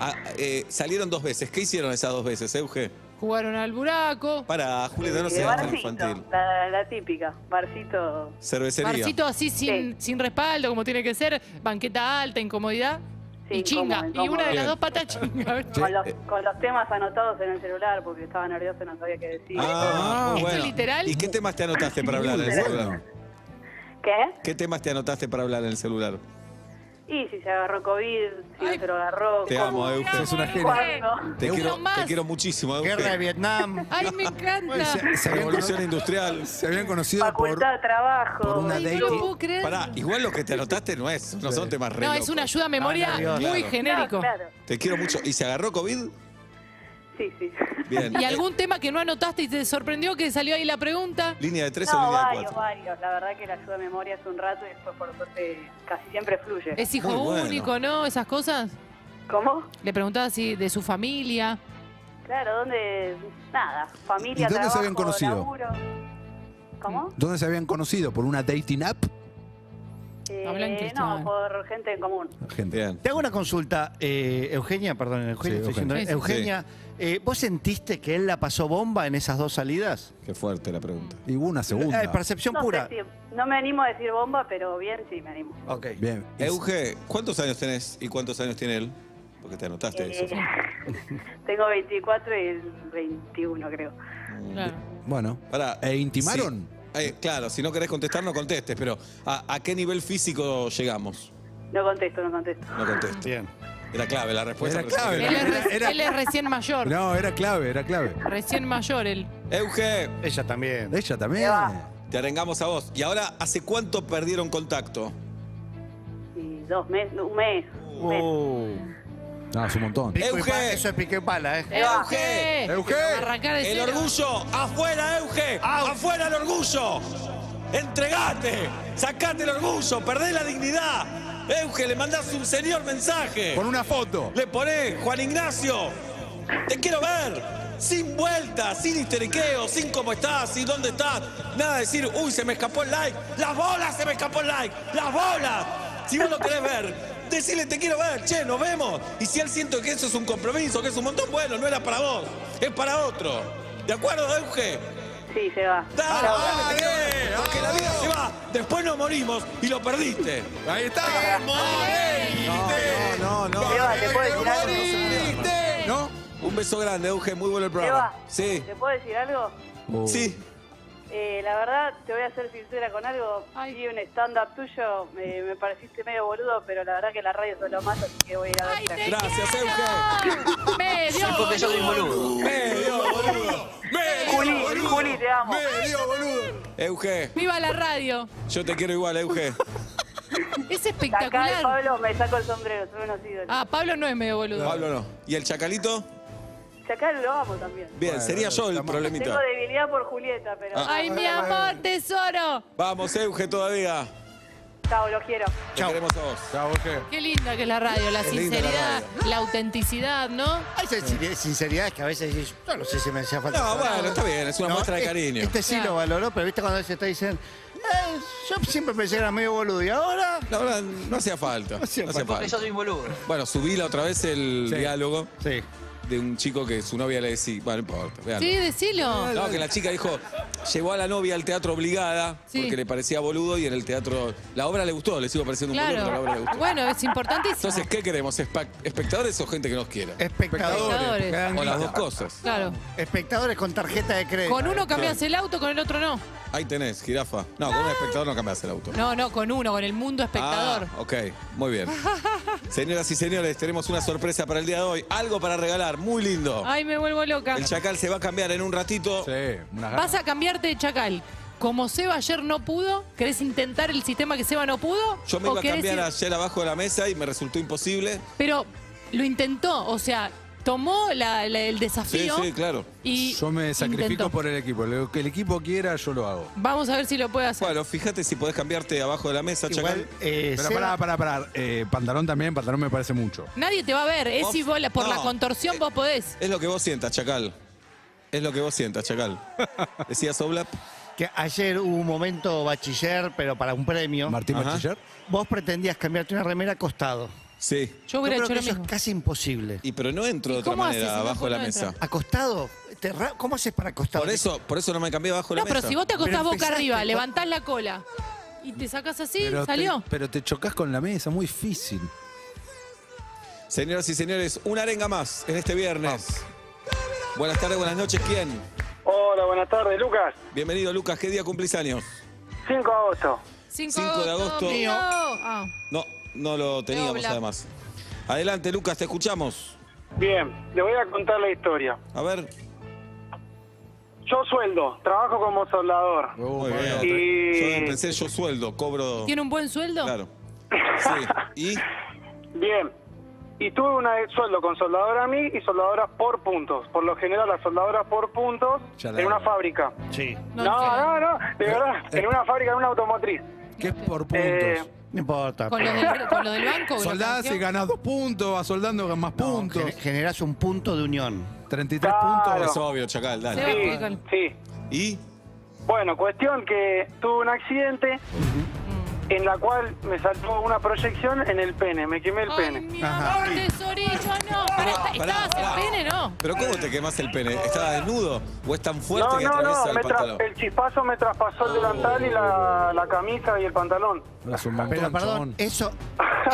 Speaker 2: Ah, eh, salieron dos veces. ¿Qué hicieron esas dos veces, Euge?
Speaker 3: Jugaron al buraco.
Speaker 2: Para, Julieta, no
Speaker 8: Eh,
Speaker 2: seas tan
Speaker 8: barcito,
Speaker 2: infantil.
Speaker 8: la, la típica, barcito.
Speaker 2: Cervecería.
Speaker 3: Barcito así sin, sin respaldo, como tiene que ser. Banqueta alta, incomodidad.
Speaker 8: Sí,
Speaker 3: y chinga.
Speaker 8: incómodo,
Speaker 3: Y una
Speaker 2: incómodo.
Speaker 3: de las dos patas chinga.
Speaker 8: Con
Speaker 2: Eh,
Speaker 8: los, con los temas anotados en el celular porque estaba nervioso y no sabía qué decir.
Speaker 2: Ah, muy
Speaker 3: ¿Esto
Speaker 2: bueno.
Speaker 3: literal?
Speaker 2: ¿Y qué temas te anotaste para hablar
Speaker 8: (laughs)
Speaker 2: en el celular?
Speaker 8: ¿Qué?
Speaker 2: ¿Qué temas te anotaste para hablar en el celular?
Speaker 8: Y si se agarró COVID, si no se lo agarró.
Speaker 2: Te amo, Euge.
Speaker 5: Es una genia.
Speaker 8: ¿Cuándo?
Speaker 2: Te
Speaker 3: Uno
Speaker 2: quiero,
Speaker 3: más.
Speaker 2: te quiero muchísimo,
Speaker 4: Guerra de
Speaker 2: Euge.
Speaker 4: Vietnam.
Speaker 3: Ay, me encanta.
Speaker 5: Se habían,
Speaker 2: Revolución
Speaker 5: conocido,
Speaker 2: industrial.
Speaker 5: se habían conocido por...
Speaker 8: Facultad, trabajo.
Speaker 5: por una
Speaker 3: Ay,
Speaker 5: date.
Speaker 3: no puedo creer.
Speaker 2: Pará, igual lo que te anotaste no es, no son temas re
Speaker 3: no, es
Speaker 2: locos.
Speaker 3: una ayuda a memoria
Speaker 4: Ah, nervioso.
Speaker 3: muy
Speaker 2: Claro.
Speaker 3: genérico.
Speaker 8: No, claro.
Speaker 2: Te quiero mucho. ¿Y se agarró COVID?
Speaker 8: Sí, sí.
Speaker 2: Bien.
Speaker 3: ¿Y algún tema que no anotaste y te sorprendió que salió ahí la pregunta?
Speaker 2: ¿Línea de tres o
Speaker 8: No,
Speaker 2: línea de
Speaker 8: varios,
Speaker 2: cuatro?
Speaker 8: varios. La verdad que la ayuda a memoria es un rato y después por suerte casi siempre fluye.
Speaker 3: ¿Es hijo
Speaker 2: Muy bueno.
Speaker 3: único, no? ¿Esas cosas?
Speaker 8: ¿Cómo?
Speaker 3: Le preguntaba si de su familia.
Speaker 8: Claro, ¿dónde? Nada, familia,
Speaker 5: ¿Y dónde se
Speaker 8: trabajo,
Speaker 5: habían conocido?
Speaker 8: laburo. ¿Cómo?
Speaker 5: ¿Dónde se habían conocido? ¿Por una dating app?
Speaker 8: Eh,
Speaker 3: Mm. Hablan
Speaker 8: no,
Speaker 3: cristiano.
Speaker 8: por gente en común.
Speaker 5: Gente.
Speaker 2: Bien.
Speaker 4: Te hago una consulta, eh, Eugenia, perdón, Eugenia,
Speaker 5: Sí,
Speaker 4: estoy diciendo-
Speaker 3: Eugenia. Sí, sí.
Speaker 4: Eugenia, eh, ¿vos sentiste que él la pasó bomba en esas dos salidas?
Speaker 2: Qué fuerte la pregunta.
Speaker 5: Y hubo una segunda.
Speaker 4: Eh, percepción
Speaker 8: No, sé
Speaker 4: pura.
Speaker 8: si- no me animo a decir bomba, pero bien sí me animo.
Speaker 4: Ok.
Speaker 5: Bien.
Speaker 2: Euge, ¿cuántos años tenés y cuántos años tiene él? Porque te anotaste eso.
Speaker 8: Eh, (laughs) tengo 24 y el 21 creo.
Speaker 3: Claro.
Speaker 5: Bueno.
Speaker 2: Pará.
Speaker 5: ¿E intimaron?
Speaker 2: Sí. Eh, claro, si no querés contestar, no contestes, pero ¿a, a qué nivel físico llegamos?
Speaker 8: No contesto, no contesto.
Speaker 2: No contestes.
Speaker 4: Bien.
Speaker 2: Era clave la respuesta.
Speaker 5: Era clave.
Speaker 3: Él,
Speaker 5: Era-
Speaker 3: es, re-
Speaker 5: era-
Speaker 3: él es recién mayor.
Speaker 5: No, era clave, era clave.
Speaker 3: Recién mayor él.
Speaker 2: Euge,
Speaker 4: Ella también.
Speaker 5: Ella también.
Speaker 8: va.
Speaker 2: te arengamos a vos. ¿Y ahora hace cuánto perdieron contacto?
Speaker 8: Y dos meses, un mes. Un mes.
Speaker 4: Oh.
Speaker 5: No, es un montón.
Speaker 4: Pico y
Speaker 2: Euge.
Speaker 4: pala, eso es pique y pala, ¿eh?
Speaker 3: ¡Euge!
Speaker 5: Euge.
Speaker 3: Arrancar de
Speaker 2: El
Speaker 3: cero.
Speaker 2: orgullo, afuera Euge, afuera el orgullo. Entregate, sacate el orgullo, perdés la dignidad. Euge, le mandás un señor mensaje.
Speaker 5: Con una foto.
Speaker 2: Le ponés, Juan Ignacio, te quiero ver. Sin vuelta, sin histeriqueo, sin cómo estás, y dónde estás. Nada de decir, uy, se me escapó el like. Las bolas se me escapó el like. Las bolas. Si vos lo querés ver, decirle te quiero ver, che, nos vemos. Y si él siente que eso es un compromiso, que es un montón, bueno, no era para vos, es para otro. ¿De acuerdo, Euge?
Speaker 8: Sí, se va.
Speaker 2: Dale, dale, te quiero ver, porque la vida se va, después nos morimos y lo perdiste.
Speaker 5: Ahí está. No, no, no, no.
Speaker 8: Se va, te puedo decir algo.
Speaker 5: ¿No?
Speaker 2: Un beso grande, Euge, muy bueno el
Speaker 8: Se
Speaker 2: programa.
Speaker 8: va.
Speaker 2: Sí,
Speaker 8: ¿Te puedo decir algo?
Speaker 2: sí.
Speaker 8: Eh, la verdad, te voy a ser sincera con algo.
Speaker 3: Ay.
Speaker 8: Sí, un stand-up tuyo, me, me pareciste medio boludo, pero la verdad que la radio es lo más, así que voy a ir a
Speaker 3: ¡Ay,
Speaker 8: verte.
Speaker 3: te
Speaker 2: Gracias,
Speaker 3: quiero! ¡Me dio boludo.
Speaker 2: Medio Eh, boludo.
Speaker 8: Juli, Juli, te amo.
Speaker 5: Medio boludo.
Speaker 2: Euge,
Speaker 3: ¡Viva la radio!
Speaker 2: yo te quiero igual, Euge.
Speaker 3: Es
Speaker 8: Acá,
Speaker 3: espectacular.
Speaker 8: Pablo, me saco el sombrero, son unos ídolos.
Speaker 3: (laughs) Ah, Pablo no es medio boludo.
Speaker 2: Pablo no. ¿Y el chacalito?
Speaker 8: Chacal lo amo también.
Speaker 2: Bien, sería yo el problemita.
Speaker 8: Tengo debilidad por Julieta, pero
Speaker 2: Ah.
Speaker 3: ¡Ay, mi amor, tesoro!
Speaker 2: Vamos, Euge, todavía.
Speaker 8: chao, lo quiero.
Speaker 2: Te queremos a vos.
Speaker 5: Chao, Euge.
Speaker 3: Qué linda que es la radio,
Speaker 2: linda
Speaker 3: la
Speaker 2: la
Speaker 3: sinceridad, la, autenticidad, ¿no?
Speaker 4: Hay sinceridad- sinceridades que a veces decís, yo no sé si me hacía falta.
Speaker 2: No, bueno, está bien, es una
Speaker 4: No,
Speaker 2: muestra de
Speaker 4: este-
Speaker 2: cariño.
Speaker 4: Este sí
Speaker 3: Claro.
Speaker 4: lo valoró, pero viste cuando se está diciendo, "Eh, yo siempre pensé que era medio boludo y ahora.
Speaker 2: La verdad, no hacía falta. No hacía falta.
Speaker 9: Porque yo soy un boludo.
Speaker 2: Bueno, subíla otra vez el
Speaker 5: Sí.
Speaker 2: diálogo.
Speaker 4: Sí.
Speaker 2: de un chico que su novia le decía, bueno, no importa, véanlo.
Speaker 3: Sí, decilo.
Speaker 2: No, que la chica dijo, llevó a la novia al teatro obligada
Speaker 3: Sí.
Speaker 2: porque le parecía boludo y en el teatro. La obra le gustó, le sigo pareciendo un boludo, pero la obra le
Speaker 3: Claro.
Speaker 2: gustó.
Speaker 3: Bueno, es importantísimo.
Speaker 2: Entonces, ¿qué queremos? ¿Espa- ¿Espectadores o gente que nos quiera?
Speaker 4: Espectadores.
Speaker 3: Espectadores.
Speaker 2: O las dos cosas.
Speaker 3: Claro.
Speaker 4: Espectadores con tarjeta de crédito.
Speaker 3: Con uno cambias el auto, con el otro no.
Speaker 2: Ahí tenés, jirafa. No, con un espectador no cambias el auto.
Speaker 3: No, no, con uno, con el mundo Ah. espectador.
Speaker 2: Ah, ok, muy bien. Señoras y señores, tenemos una sorpresa para el día de hoy. Algo para regalar, muy lindo.
Speaker 3: Ay, me vuelvo loca.
Speaker 2: El chacal se va a cambiar en un ratito.
Speaker 5: Sí, una
Speaker 3: Vas a cambiarte de chacal. Como Seba ayer no pudo, ¿querés intentar el sistema que Seba no pudo?
Speaker 2: Yo me
Speaker 3: ¿O
Speaker 2: iba a
Speaker 3: querés
Speaker 2: cambiar
Speaker 3: ir-
Speaker 2: ayer abajo de la mesa y me resultó imposible.
Speaker 3: Pero lo intentó, o sea, tomó la- la- el
Speaker 2: Sí,
Speaker 3: desafío
Speaker 2: sí, claro.
Speaker 3: y
Speaker 5: Yo me sacrifico
Speaker 3: intentó.
Speaker 5: por el equipo. Lo que el equipo quiera, yo lo hago.
Speaker 3: Vamos a ver si lo puede hacer.
Speaker 2: Bueno, fíjate si podés cambiarte abajo de la mesa,
Speaker 4: Igual,
Speaker 2: chacal.
Speaker 4: eh,
Speaker 5: Pero
Speaker 4: Seba-
Speaker 5: pará, pará, pará. Eh, pantalón también, pantalón me parece mucho.
Speaker 3: Nadie te va a ver, es
Speaker 2: Vos-
Speaker 3: si vos la- por
Speaker 2: no,
Speaker 3: la contorsión
Speaker 2: eh,
Speaker 3: vos podés.
Speaker 2: Es lo que vos sientas, chacal. Es lo que vos sientas,
Speaker 5: (laughs)
Speaker 2: chacal. Decías Oblap.
Speaker 4: que ayer hubo un momento bachiller, pero para un premio.
Speaker 5: Martín
Speaker 2: Ajá.
Speaker 5: Bachiller.
Speaker 4: Vos pretendías cambiarte una remera acostado.
Speaker 2: Sí.
Speaker 3: Yo
Speaker 4: Yo
Speaker 3: hubiera
Speaker 4: creo
Speaker 3: hecho
Speaker 4: que
Speaker 3: lo
Speaker 4: eso
Speaker 3: mismo.
Speaker 4: es casi imposible.
Speaker 2: Y pero no entro de otra
Speaker 3: cómo haces,
Speaker 2: manera
Speaker 3: entonces,
Speaker 2: abajo de la
Speaker 3: no entra?
Speaker 2: mesa.
Speaker 4: ¿Acostado? Te ra- ¿Cómo haces para acostado?
Speaker 2: Por eso, por eso no me cambié abajo de
Speaker 3: No,
Speaker 2: la mesa.
Speaker 3: pero si vos te acostás
Speaker 4: Pero
Speaker 3: boca
Speaker 4: empezaste
Speaker 3: arriba,
Speaker 4: con-
Speaker 3: levantás la cola y te sacás así,
Speaker 5: pero
Speaker 3: salió.
Speaker 5: Te, pero te chocas con la mesa, muy difícil.
Speaker 2: Señoras y señores, una arenga más en este viernes. Buenas tardes, buenas noches, ¿quién?
Speaker 7: Hola, buenas tardes, Lucas.
Speaker 2: Bienvenido, Lucas. ¿Qué día cumplís años?
Speaker 7: 5 de agosto.
Speaker 3: 5
Speaker 2: cinco de agosto.
Speaker 3: mío. Ah,
Speaker 2: No, no lo teníamos
Speaker 3: Dobla.
Speaker 2: además. Adelante, Lucas, te escuchamos.
Speaker 7: Bien, le voy a contar la historia.
Speaker 2: A ver.
Speaker 7: Yo sueldo, trabajo como soldador.
Speaker 2: Muy bien.
Speaker 7: bueno. Y-
Speaker 2: Yo pensé, yo sueldo, cobro.
Speaker 3: ¿Tiene un buen sueldo?
Speaker 7: (laughs)
Speaker 2: Claro. Sí. ¿Y?
Speaker 7: Bien. Y tuve una de sueldo con soldadora a mí y soldadoras por puntos. Por lo general, las soldadoras por puntos
Speaker 5: Ya la
Speaker 7: en una
Speaker 5: hago.
Speaker 7: fábrica.
Speaker 4: Sí.
Speaker 3: No,
Speaker 7: No,
Speaker 3: sé.
Speaker 7: no, no, de
Speaker 2: Eh,
Speaker 7: verdad, en una fábrica, en una automotriz.
Speaker 5: ¿Qué es por puntos?
Speaker 7: Eh,
Speaker 4: No importa.
Speaker 3: Con, lo del, con lo del banco.
Speaker 5: Soldás y
Speaker 3: ganó.
Speaker 5: ganás dos puntos, vas soldando más
Speaker 4: No,
Speaker 5: puntos.
Speaker 4: gener- generás un punto de unión.
Speaker 5: 33
Speaker 7: Claro.
Speaker 5: puntos.
Speaker 2: Es obvio, chacal, dale.
Speaker 3: Sí.
Speaker 7: Sí,
Speaker 3: Michael.
Speaker 7: sí.
Speaker 2: ¿Y?
Speaker 7: Bueno, cuestión que tuve un accidente en la cual me saltó una proyección en el pene, me quemé el
Speaker 3: Ay,
Speaker 7: pene.
Speaker 3: mi amor, tesorillo, no. Pará, está-
Speaker 2: Pará,
Speaker 3: ¿Estabas
Speaker 2: pará.
Speaker 3: en pene, no?
Speaker 2: ¿Pero cómo te quemas el pene? ¿Estaba desnudo? ¿O es tan fuerte
Speaker 7: No,
Speaker 2: que
Speaker 7: no,
Speaker 2: atraviesa
Speaker 7: no,
Speaker 2: el
Speaker 7: me tra-
Speaker 2: pantalón?
Speaker 7: el chispazo me traspasó el delantal y la, la camisa y el pantalón.
Speaker 5: Es un montón,
Speaker 4: Pero perdón,
Speaker 5: chabón.
Speaker 4: eso,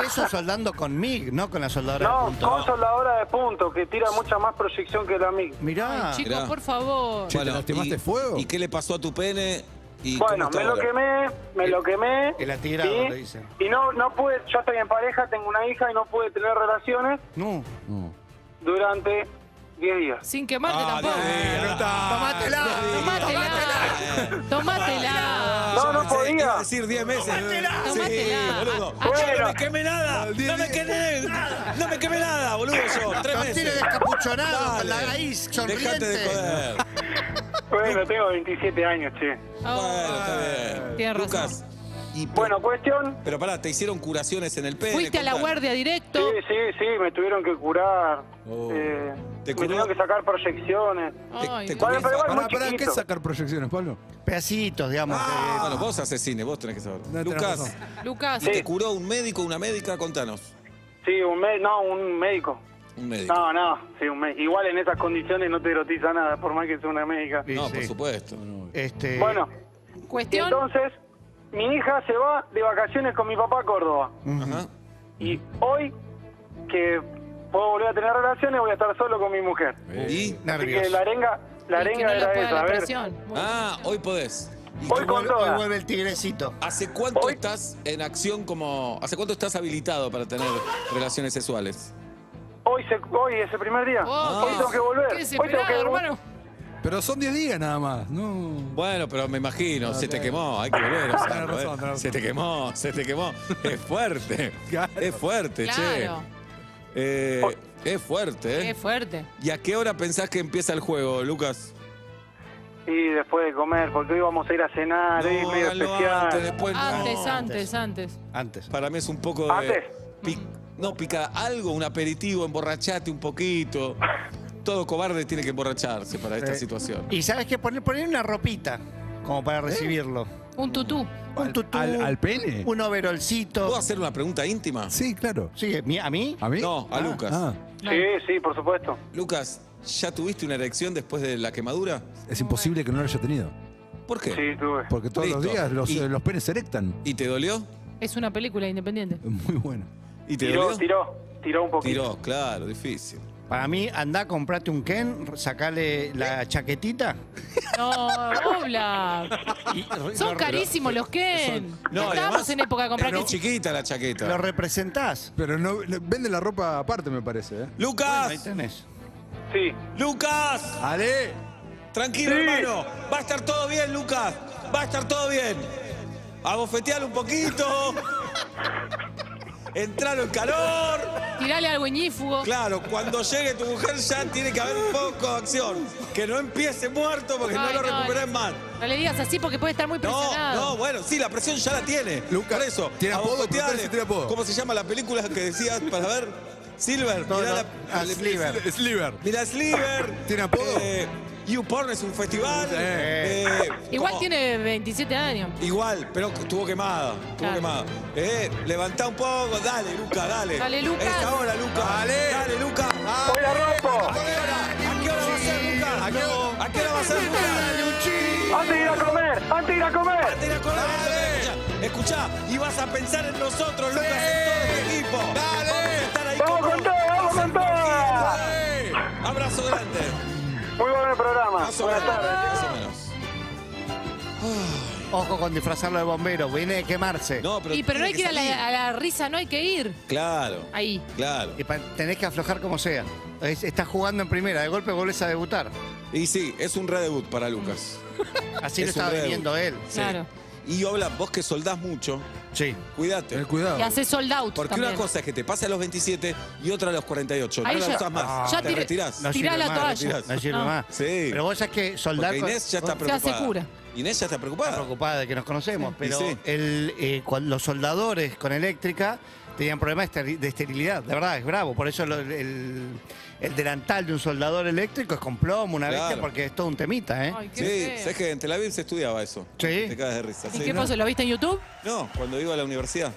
Speaker 4: eso soldando con MIG, no con la soldadora de
Speaker 7: No,
Speaker 4: punto.
Speaker 7: con soldadora de punto, que tira mucha más proyección que la MIG.
Speaker 4: Mirá,
Speaker 3: Ay,
Speaker 2: mirá.
Speaker 3: chicos, por favor.
Speaker 5: Che, ¿te lastimaste
Speaker 2: ¿y,
Speaker 5: fuego?
Speaker 2: ¿Y qué le pasó a tu pene? ¿Y
Speaker 7: Bueno,
Speaker 2: cómo está
Speaker 7: me lo
Speaker 2: ahora?
Speaker 7: quemé, me lo quemé.
Speaker 4: el atirado,
Speaker 7: y-
Speaker 4: le dicen.
Speaker 7: Y no, no pude, yo estoy en pareja, tengo una hija y no pude tener relaciones
Speaker 4: no.
Speaker 5: No.
Speaker 7: durante 10 días.
Speaker 3: Sin quemarte
Speaker 2: Ah,
Speaker 3: tampoco.
Speaker 2: Dios mío.
Speaker 4: Tomátela,
Speaker 3: Tomátela. Tomátela.
Speaker 7: No, no
Speaker 2: Pensé que
Speaker 7: podía.
Speaker 2: iba a decir 10 meses.
Speaker 3: Tomátela.
Speaker 2: Sí, boludo.
Speaker 3: Ah,
Speaker 2: Yo no
Speaker 7: bueno.
Speaker 2: me quemé nada. No me quemé nada. No me quemé nada, boludo. Yo, tres
Speaker 4: Los tiene
Speaker 2: meses.
Speaker 4: descapuchonado, con la
Speaker 2: Dale.
Speaker 4: raíz,
Speaker 2: Dejate de
Speaker 4: sonriente.
Speaker 2: joder.
Speaker 7: Bueno, tengo 27 años,
Speaker 3: Ah,
Speaker 7: che.
Speaker 2: Bueno,
Speaker 3: Oh.
Speaker 2: está bien.
Speaker 3: Tienes razón.
Speaker 2: Lucas, y
Speaker 7: Bueno, cuestión.
Speaker 2: pero pará, te hicieron curaciones en el pene.
Speaker 3: Fuiste a la
Speaker 2: contá.
Speaker 3: guardia
Speaker 7: Sí,
Speaker 3: directo.
Speaker 7: sí, sí, me tuvieron que curar.
Speaker 5: Oh.
Speaker 7: eh,
Speaker 2: ¿Te
Speaker 7: me
Speaker 2: curó?
Speaker 7: tuvieron que sacar proyecciones.
Speaker 3: Ay,
Speaker 2: te- te
Speaker 3: Dios.
Speaker 2: comí-
Speaker 7: Bueno, pero igual
Speaker 5: Pará,
Speaker 7: muy
Speaker 5: pará, ¿qué
Speaker 7: chiquito.
Speaker 5: es sacar proyecciones, Pablo?
Speaker 4: Pedacitos, digamos.
Speaker 2: Ah,
Speaker 4: de-
Speaker 2: Bueno, vos haces cine, vos tenés que saber.
Speaker 5: No, tenés
Speaker 2: Lucas,
Speaker 5: razón.
Speaker 3: Lucas,
Speaker 2: ¿y te curó un médico, una médica? Contanos.
Speaker 7: Sí, un médico. No, un médico.
Speaker 2: Un médico.
Speaker 7: No, no, sí, un médico. Igual en esas condiciones no te erotiza nada, por más que sea una médica.
Speaker 4: Sí,
Speaker 2: No,
Speaker 4: sí.
Speaker 2: por supuesto.
Speaker 4: Este,
Speaker 7: Bueno, y
Speaker 3: cuestión.
Speaker 7: entonces mi hija se va de vacaciones con mi papá a Córdoba.
Speaker 2: Ajá.
Speaker 7: Y hoy que puedo volver a tener relaciones voy a estar solo con mi mujer.
Speaker 2: ¿Y?
Speaker 7: Así
Speaker 4: nervios.
Speaker 7: que la arenga, la
Speaker 3: Es que
Speaker 7: arenga
Speaker 3: no lo
Speaker 7: era
Speaker 3: puede
Speaker 7: esa,
Speaker 3: la
Speaker 7: a ver.
Speaker 3: presión. Muy
Speaker 2: Ah, hoy podés. ¿Y
Speaker 7: Hoy
Speaker 4: Hoy
Speaker 7: con
Speaker 4: vuelve-
Speaker 7: toda.
Speaker 4: hoy vuelve el tigrecito.
Speaker 2: ¿Hace cuánto
Speaker 7: Hoy-
Speaker 2: estás en acción como... ¿Hace cuánto estás habilitado para tener relaciones sexuales?
Speaker 7: Hoy, se, hoy es el primer día.
Speaker 3: Oh,
Speaker 7: hoy
Speaker 3: qué-
Speaker 7: tengo que volver.
Speaker 3: qué
Speaker 7: Hoy tengo
Speaker 3: desesperado,
Speaker 7: que vol-
Speaker 3: hermano.
Speaker 5: Pero son 10 días nada más. No.
Speaker 2: Bueno, pero me imagino, se te
Speaker 5: ok.
Speaker 2: quemó, hay que volver. o sea,
Speaker 5: Tenés razón,
Speaker 2: eh.
Speaker 5: tenés razón.
Speaker 2: Se te quemó, se te quemó.
Speaker 5: (laughs)
Speaker 2: Es fuerte,
Speaker 5: Claro.
Speaker 2: es fuerte,
Speaker 3: Claro.
Speaker 2: che. Eh, es fuerte,
Speaker 3: Qué
Speaker 2: ¿eh?
Speaker 3: fuerte.
Speaker 2: ¿Y a qué hora pensás que empieza el juego, Lucas?
Speaker 7: Y después de comer, porque hoy vamos a ir a cenar, hoy es Ah, medio
Speaker 2: háganlo
Speaker 7: especial.
Speaker 2: antes, después no.
Speaker 3: Antes, antes, antes.
Speaker 4: Antes.
Speaker 2: Para mí es un poco de...
Speaker 7: ¿Antes?
Speaker 2: pic- no, pica algo, un aperitivo, emborrachate un poquito. Todo cobarde tiene que emborracharse para esta
Speaker 4: Sí.
Speaker 2: situación.
Speaker 4: Y sabes que poner, poner una ropita como para recibirlo.
Speaker 3: Un tutú.
Speaker 4: Un tutú.
Speaker 5: ¿Eh? ¿Al, al pene?
Speaker 4: Un overolcito.
Speaker 2: ¿Puedo hacer una pregunta íntima?
Speaker 5: Sí, claro.
Speaker 4: Sí, ¿mi- ¿a mí?
Speaker 5: ¿A mí?
Speaker 2: No, a
Speaker 5: Ah,
Speaker 2: Lucas.
Speaker 5: ah.
Speaker 7: Sí, sí, por supuesto.
Speaker 2: Lucas, ¿ya tuviste una erección después de la quemadura?
Speaker 5: Es imposible que no lo haya tenido.
Speaker 2: ¿Por qué?
Speaker 7: Sí, tuve.
Speaker 5: Porque todos los
Speaker 2: Listo.
Speaker 5: días los,
Speaker 2: Y-
Speaker 5: eh, los penes se erectan.
Speaker 2: ¿Y te dolió?
Speaker 3: Es una película independiente.
Speaker 5: Es Muy bueno.
Speaker 2: ¿Y te
Speaker 7: Tiró,
Speaker 2: dolió?
Speaker 7: tiró, tiró un poquito.
Speaker 2: Tiró, claro, difícil.
Speaker 4: Para mí, andá, comprate un Ken, sacale
Speaker 2: ¿Eh?
Speaker 4: la chaquetita.
Speaker 3: No, hola.
Speaker 4: Y re-
Speaker 3: Son
Speaker 4: lo-
Speaker 3: carísimos los Ken.
Speaker 2: No,
Speaker 3: Estábamos
Speaker 2: además,
Speaker 3: en época de comprar
Speaker 2: es muy
Speaker 3: Ken.
Speaker 2: chiquita la chaqueta.
Speaker 4: Lo representás.
Speaker 5: Pero no, le- venden la ropa aparte, me parece. ¿eh?
Speaker 4: Bueno, ahí
Speaker 2: Lucas,
Speaker 4: tenés.
Speaker 7: Sí.
Speaker 2: Lucas,
Speaker 5: ¡Ale!
Speaker 2: tranquilo hermano, va a estar todo bien Lucas, va a estar todo bien. A bofetear un poquito, entralo en calor.
Speaker 3: Tirale algo iñífugo.
Speaker 2: Claro, cuando llegue tu mujer ya tiene que haber un poco de acción. Que no empiece muerto porque
Speaker 3: Ay,
Speaker 2: no lo
Speaker 3: no,
Speaker 2: recuperes
Speaker 3: no.
Speaker 2: más.
Speaker 3: No le digas así porque puede estar muy
Speaker 2: No,
Speaker 3: presionado.
Speaker 2: no, bueno, sí, la presión ya la tiene.
Speaker 5: Lucas,
Speaker 2: Por eso,
Speaker 5: tiene
Speaker 2: a
Speaker 5: apodo,
Speaker 2: bofetearle.
Speaker 5: preguntale si tiene apodo.
Speaker 2: ¿Cómo se llama la película que decías para ver? Silver,
Speaker 4: No,
Speaker 2: mirá
Speaker 4: no,
Speaker 2: la-
Speaker 4: a Sliver.
Speaker 5: ah, Sliver.
Speaker 2: Mirá Sliver.
Speaker 5: ¿Tiene apodo?
Speaker 2: Eh, you Porn es un festival.
Speaker 5: Sí.
Speaker 2: Eh,
Speaker 3: Igual
Speaker 2: como-
Speaker 3: tiene 27 años.
Speaker 2: Igual, pero estuvo quemada. Estuvo
Speaker 3: Claro.
Speaker 2: quemada. Eh, levantá un poco. Dale, Luca, dale.
Speaker 3: Dale, Luca.
Speaker 2: Es ahora, Luca.
Speaker 5: Dale.
Speaker 2: Dale, Luca. ¿A
Speaker 7: ¡Hola, Rocco!
Speaker 2: qué hora? ¿A qué hora va a ser, Luca? ¿A qué hora, va a ser, Luca?
Speaker 7: ¡Antes de ir a comer! ¡Antes de ir a comer!
Speaker 2: Te la acordás, escuchá, Escuchá, y vas a pensar en nosotros, Lucas, en todo el equipo. Dale. Vamos a estar ahí
Speaker 7: ¡Vamos
Speaker 2: con
Speaker 7: con
Speaker 2: vos.
Speaker 7: todo! ¡Vamos con todo!
Speaker 2: Abrazo grande.
Speaker 7: Muy bueno el programa.
Speaker 2: Más o
Speaker 7: Buenas
Speaker 2: menos.
Speaker 7: tardes.
Speaker 2: Más o menos.
Speaker 4: Ojo con disfrazarlo de bombero, viene de quemarse.
Speaker 2: Ah. No, pero
Speaker 3: y pero no
Speaker 2: tiene
Speaker 3: hay que ir a
Speaker 2: salir.
Speaker 3: la, a la risa, no hay que ir.
Speaker 2: Claro,
Speaker 3: Ahí.
Speaker 2: claro.
Speaker 4: Y pa- tenés que aflojar como sea. Es- estás jugando en primera, de golpe volvés a debutar.
Speaker 2: Y sí, es un redebut para Lucas.
Speaker 4: Así
Speaker 2: Es
Speaker 4: lo
Speaker 2: un
Speaker 4: estaba
Speaker 2: reo.
Speaker 4: viviendo él.
Speaker 2: Sí.
Speaker 3: Claro.
Speaker 2: Y Obla, vos que soldás mucho,
Speaker 4: Sí.
Speaker 2: cuídate.
Speaker 5: Tener cuidado.
Speaker 3: Y hace sold out.
Speaker 2: Porque
Speaker 3: también.
Speaker 2: una
Speaker 3: (laughs)
Speaker 2: cosa es que te pase a los 27 y otra a los 48.
Speaker 3: Ahí
Speaker 2: no la
Speaker 3: ya-
Speaker 2: usás
Speaker 4: Ah.
Speaker 2: más.
Speaker 3: ya
Speaker 2: te
Speaker 3: tiré-
Speaker 2: retirás. Ah.
Speaker 3: No, Tirá la toalla.
Speaker 4: No sirve
Speaker 3: No.
Speaker 4: más.
Speaker 2: Sí.
Speaker 4: Pero vos sabés que soldar.
Speaker 2: Porque
Speaker 4: con-
Speaker 2: Inés ya está
Speaker 3: Se hace
Speaker 2: preocupada.
Speaker 3: cura.
Speaker 2: Inés ya está preocupada.
Speaker 4: preocupada de que nos conocemos, pero
Speaker 2: sí.
Speaker 4: el, eh, cuan- los soldadores con eléctrica tenían problemas de esteri- de esterilidad, de verdad, es bravo. Por eso lo- el, el delantal de un soldador eléctrico es con plomo, una
Speaker 2: Claro.
Speaker 4: bestia, porque es todo un temita, ¿eh?
Speaker 3: Ay, qué
Speaker 2: Sí,
Speaker 3: feo.
Speaker 2: sabes que en Tel Aviv se estudiaba eso.
Speaker 4: Sí.
Speaker 2: Te cagas de risa.
Speaker 3: ¿Y
Speaker 2: sí.
Speaker 3: qué pasó? ¿Lo viste en YouTube?
Speaker 2: No, cuando iba a la universidad.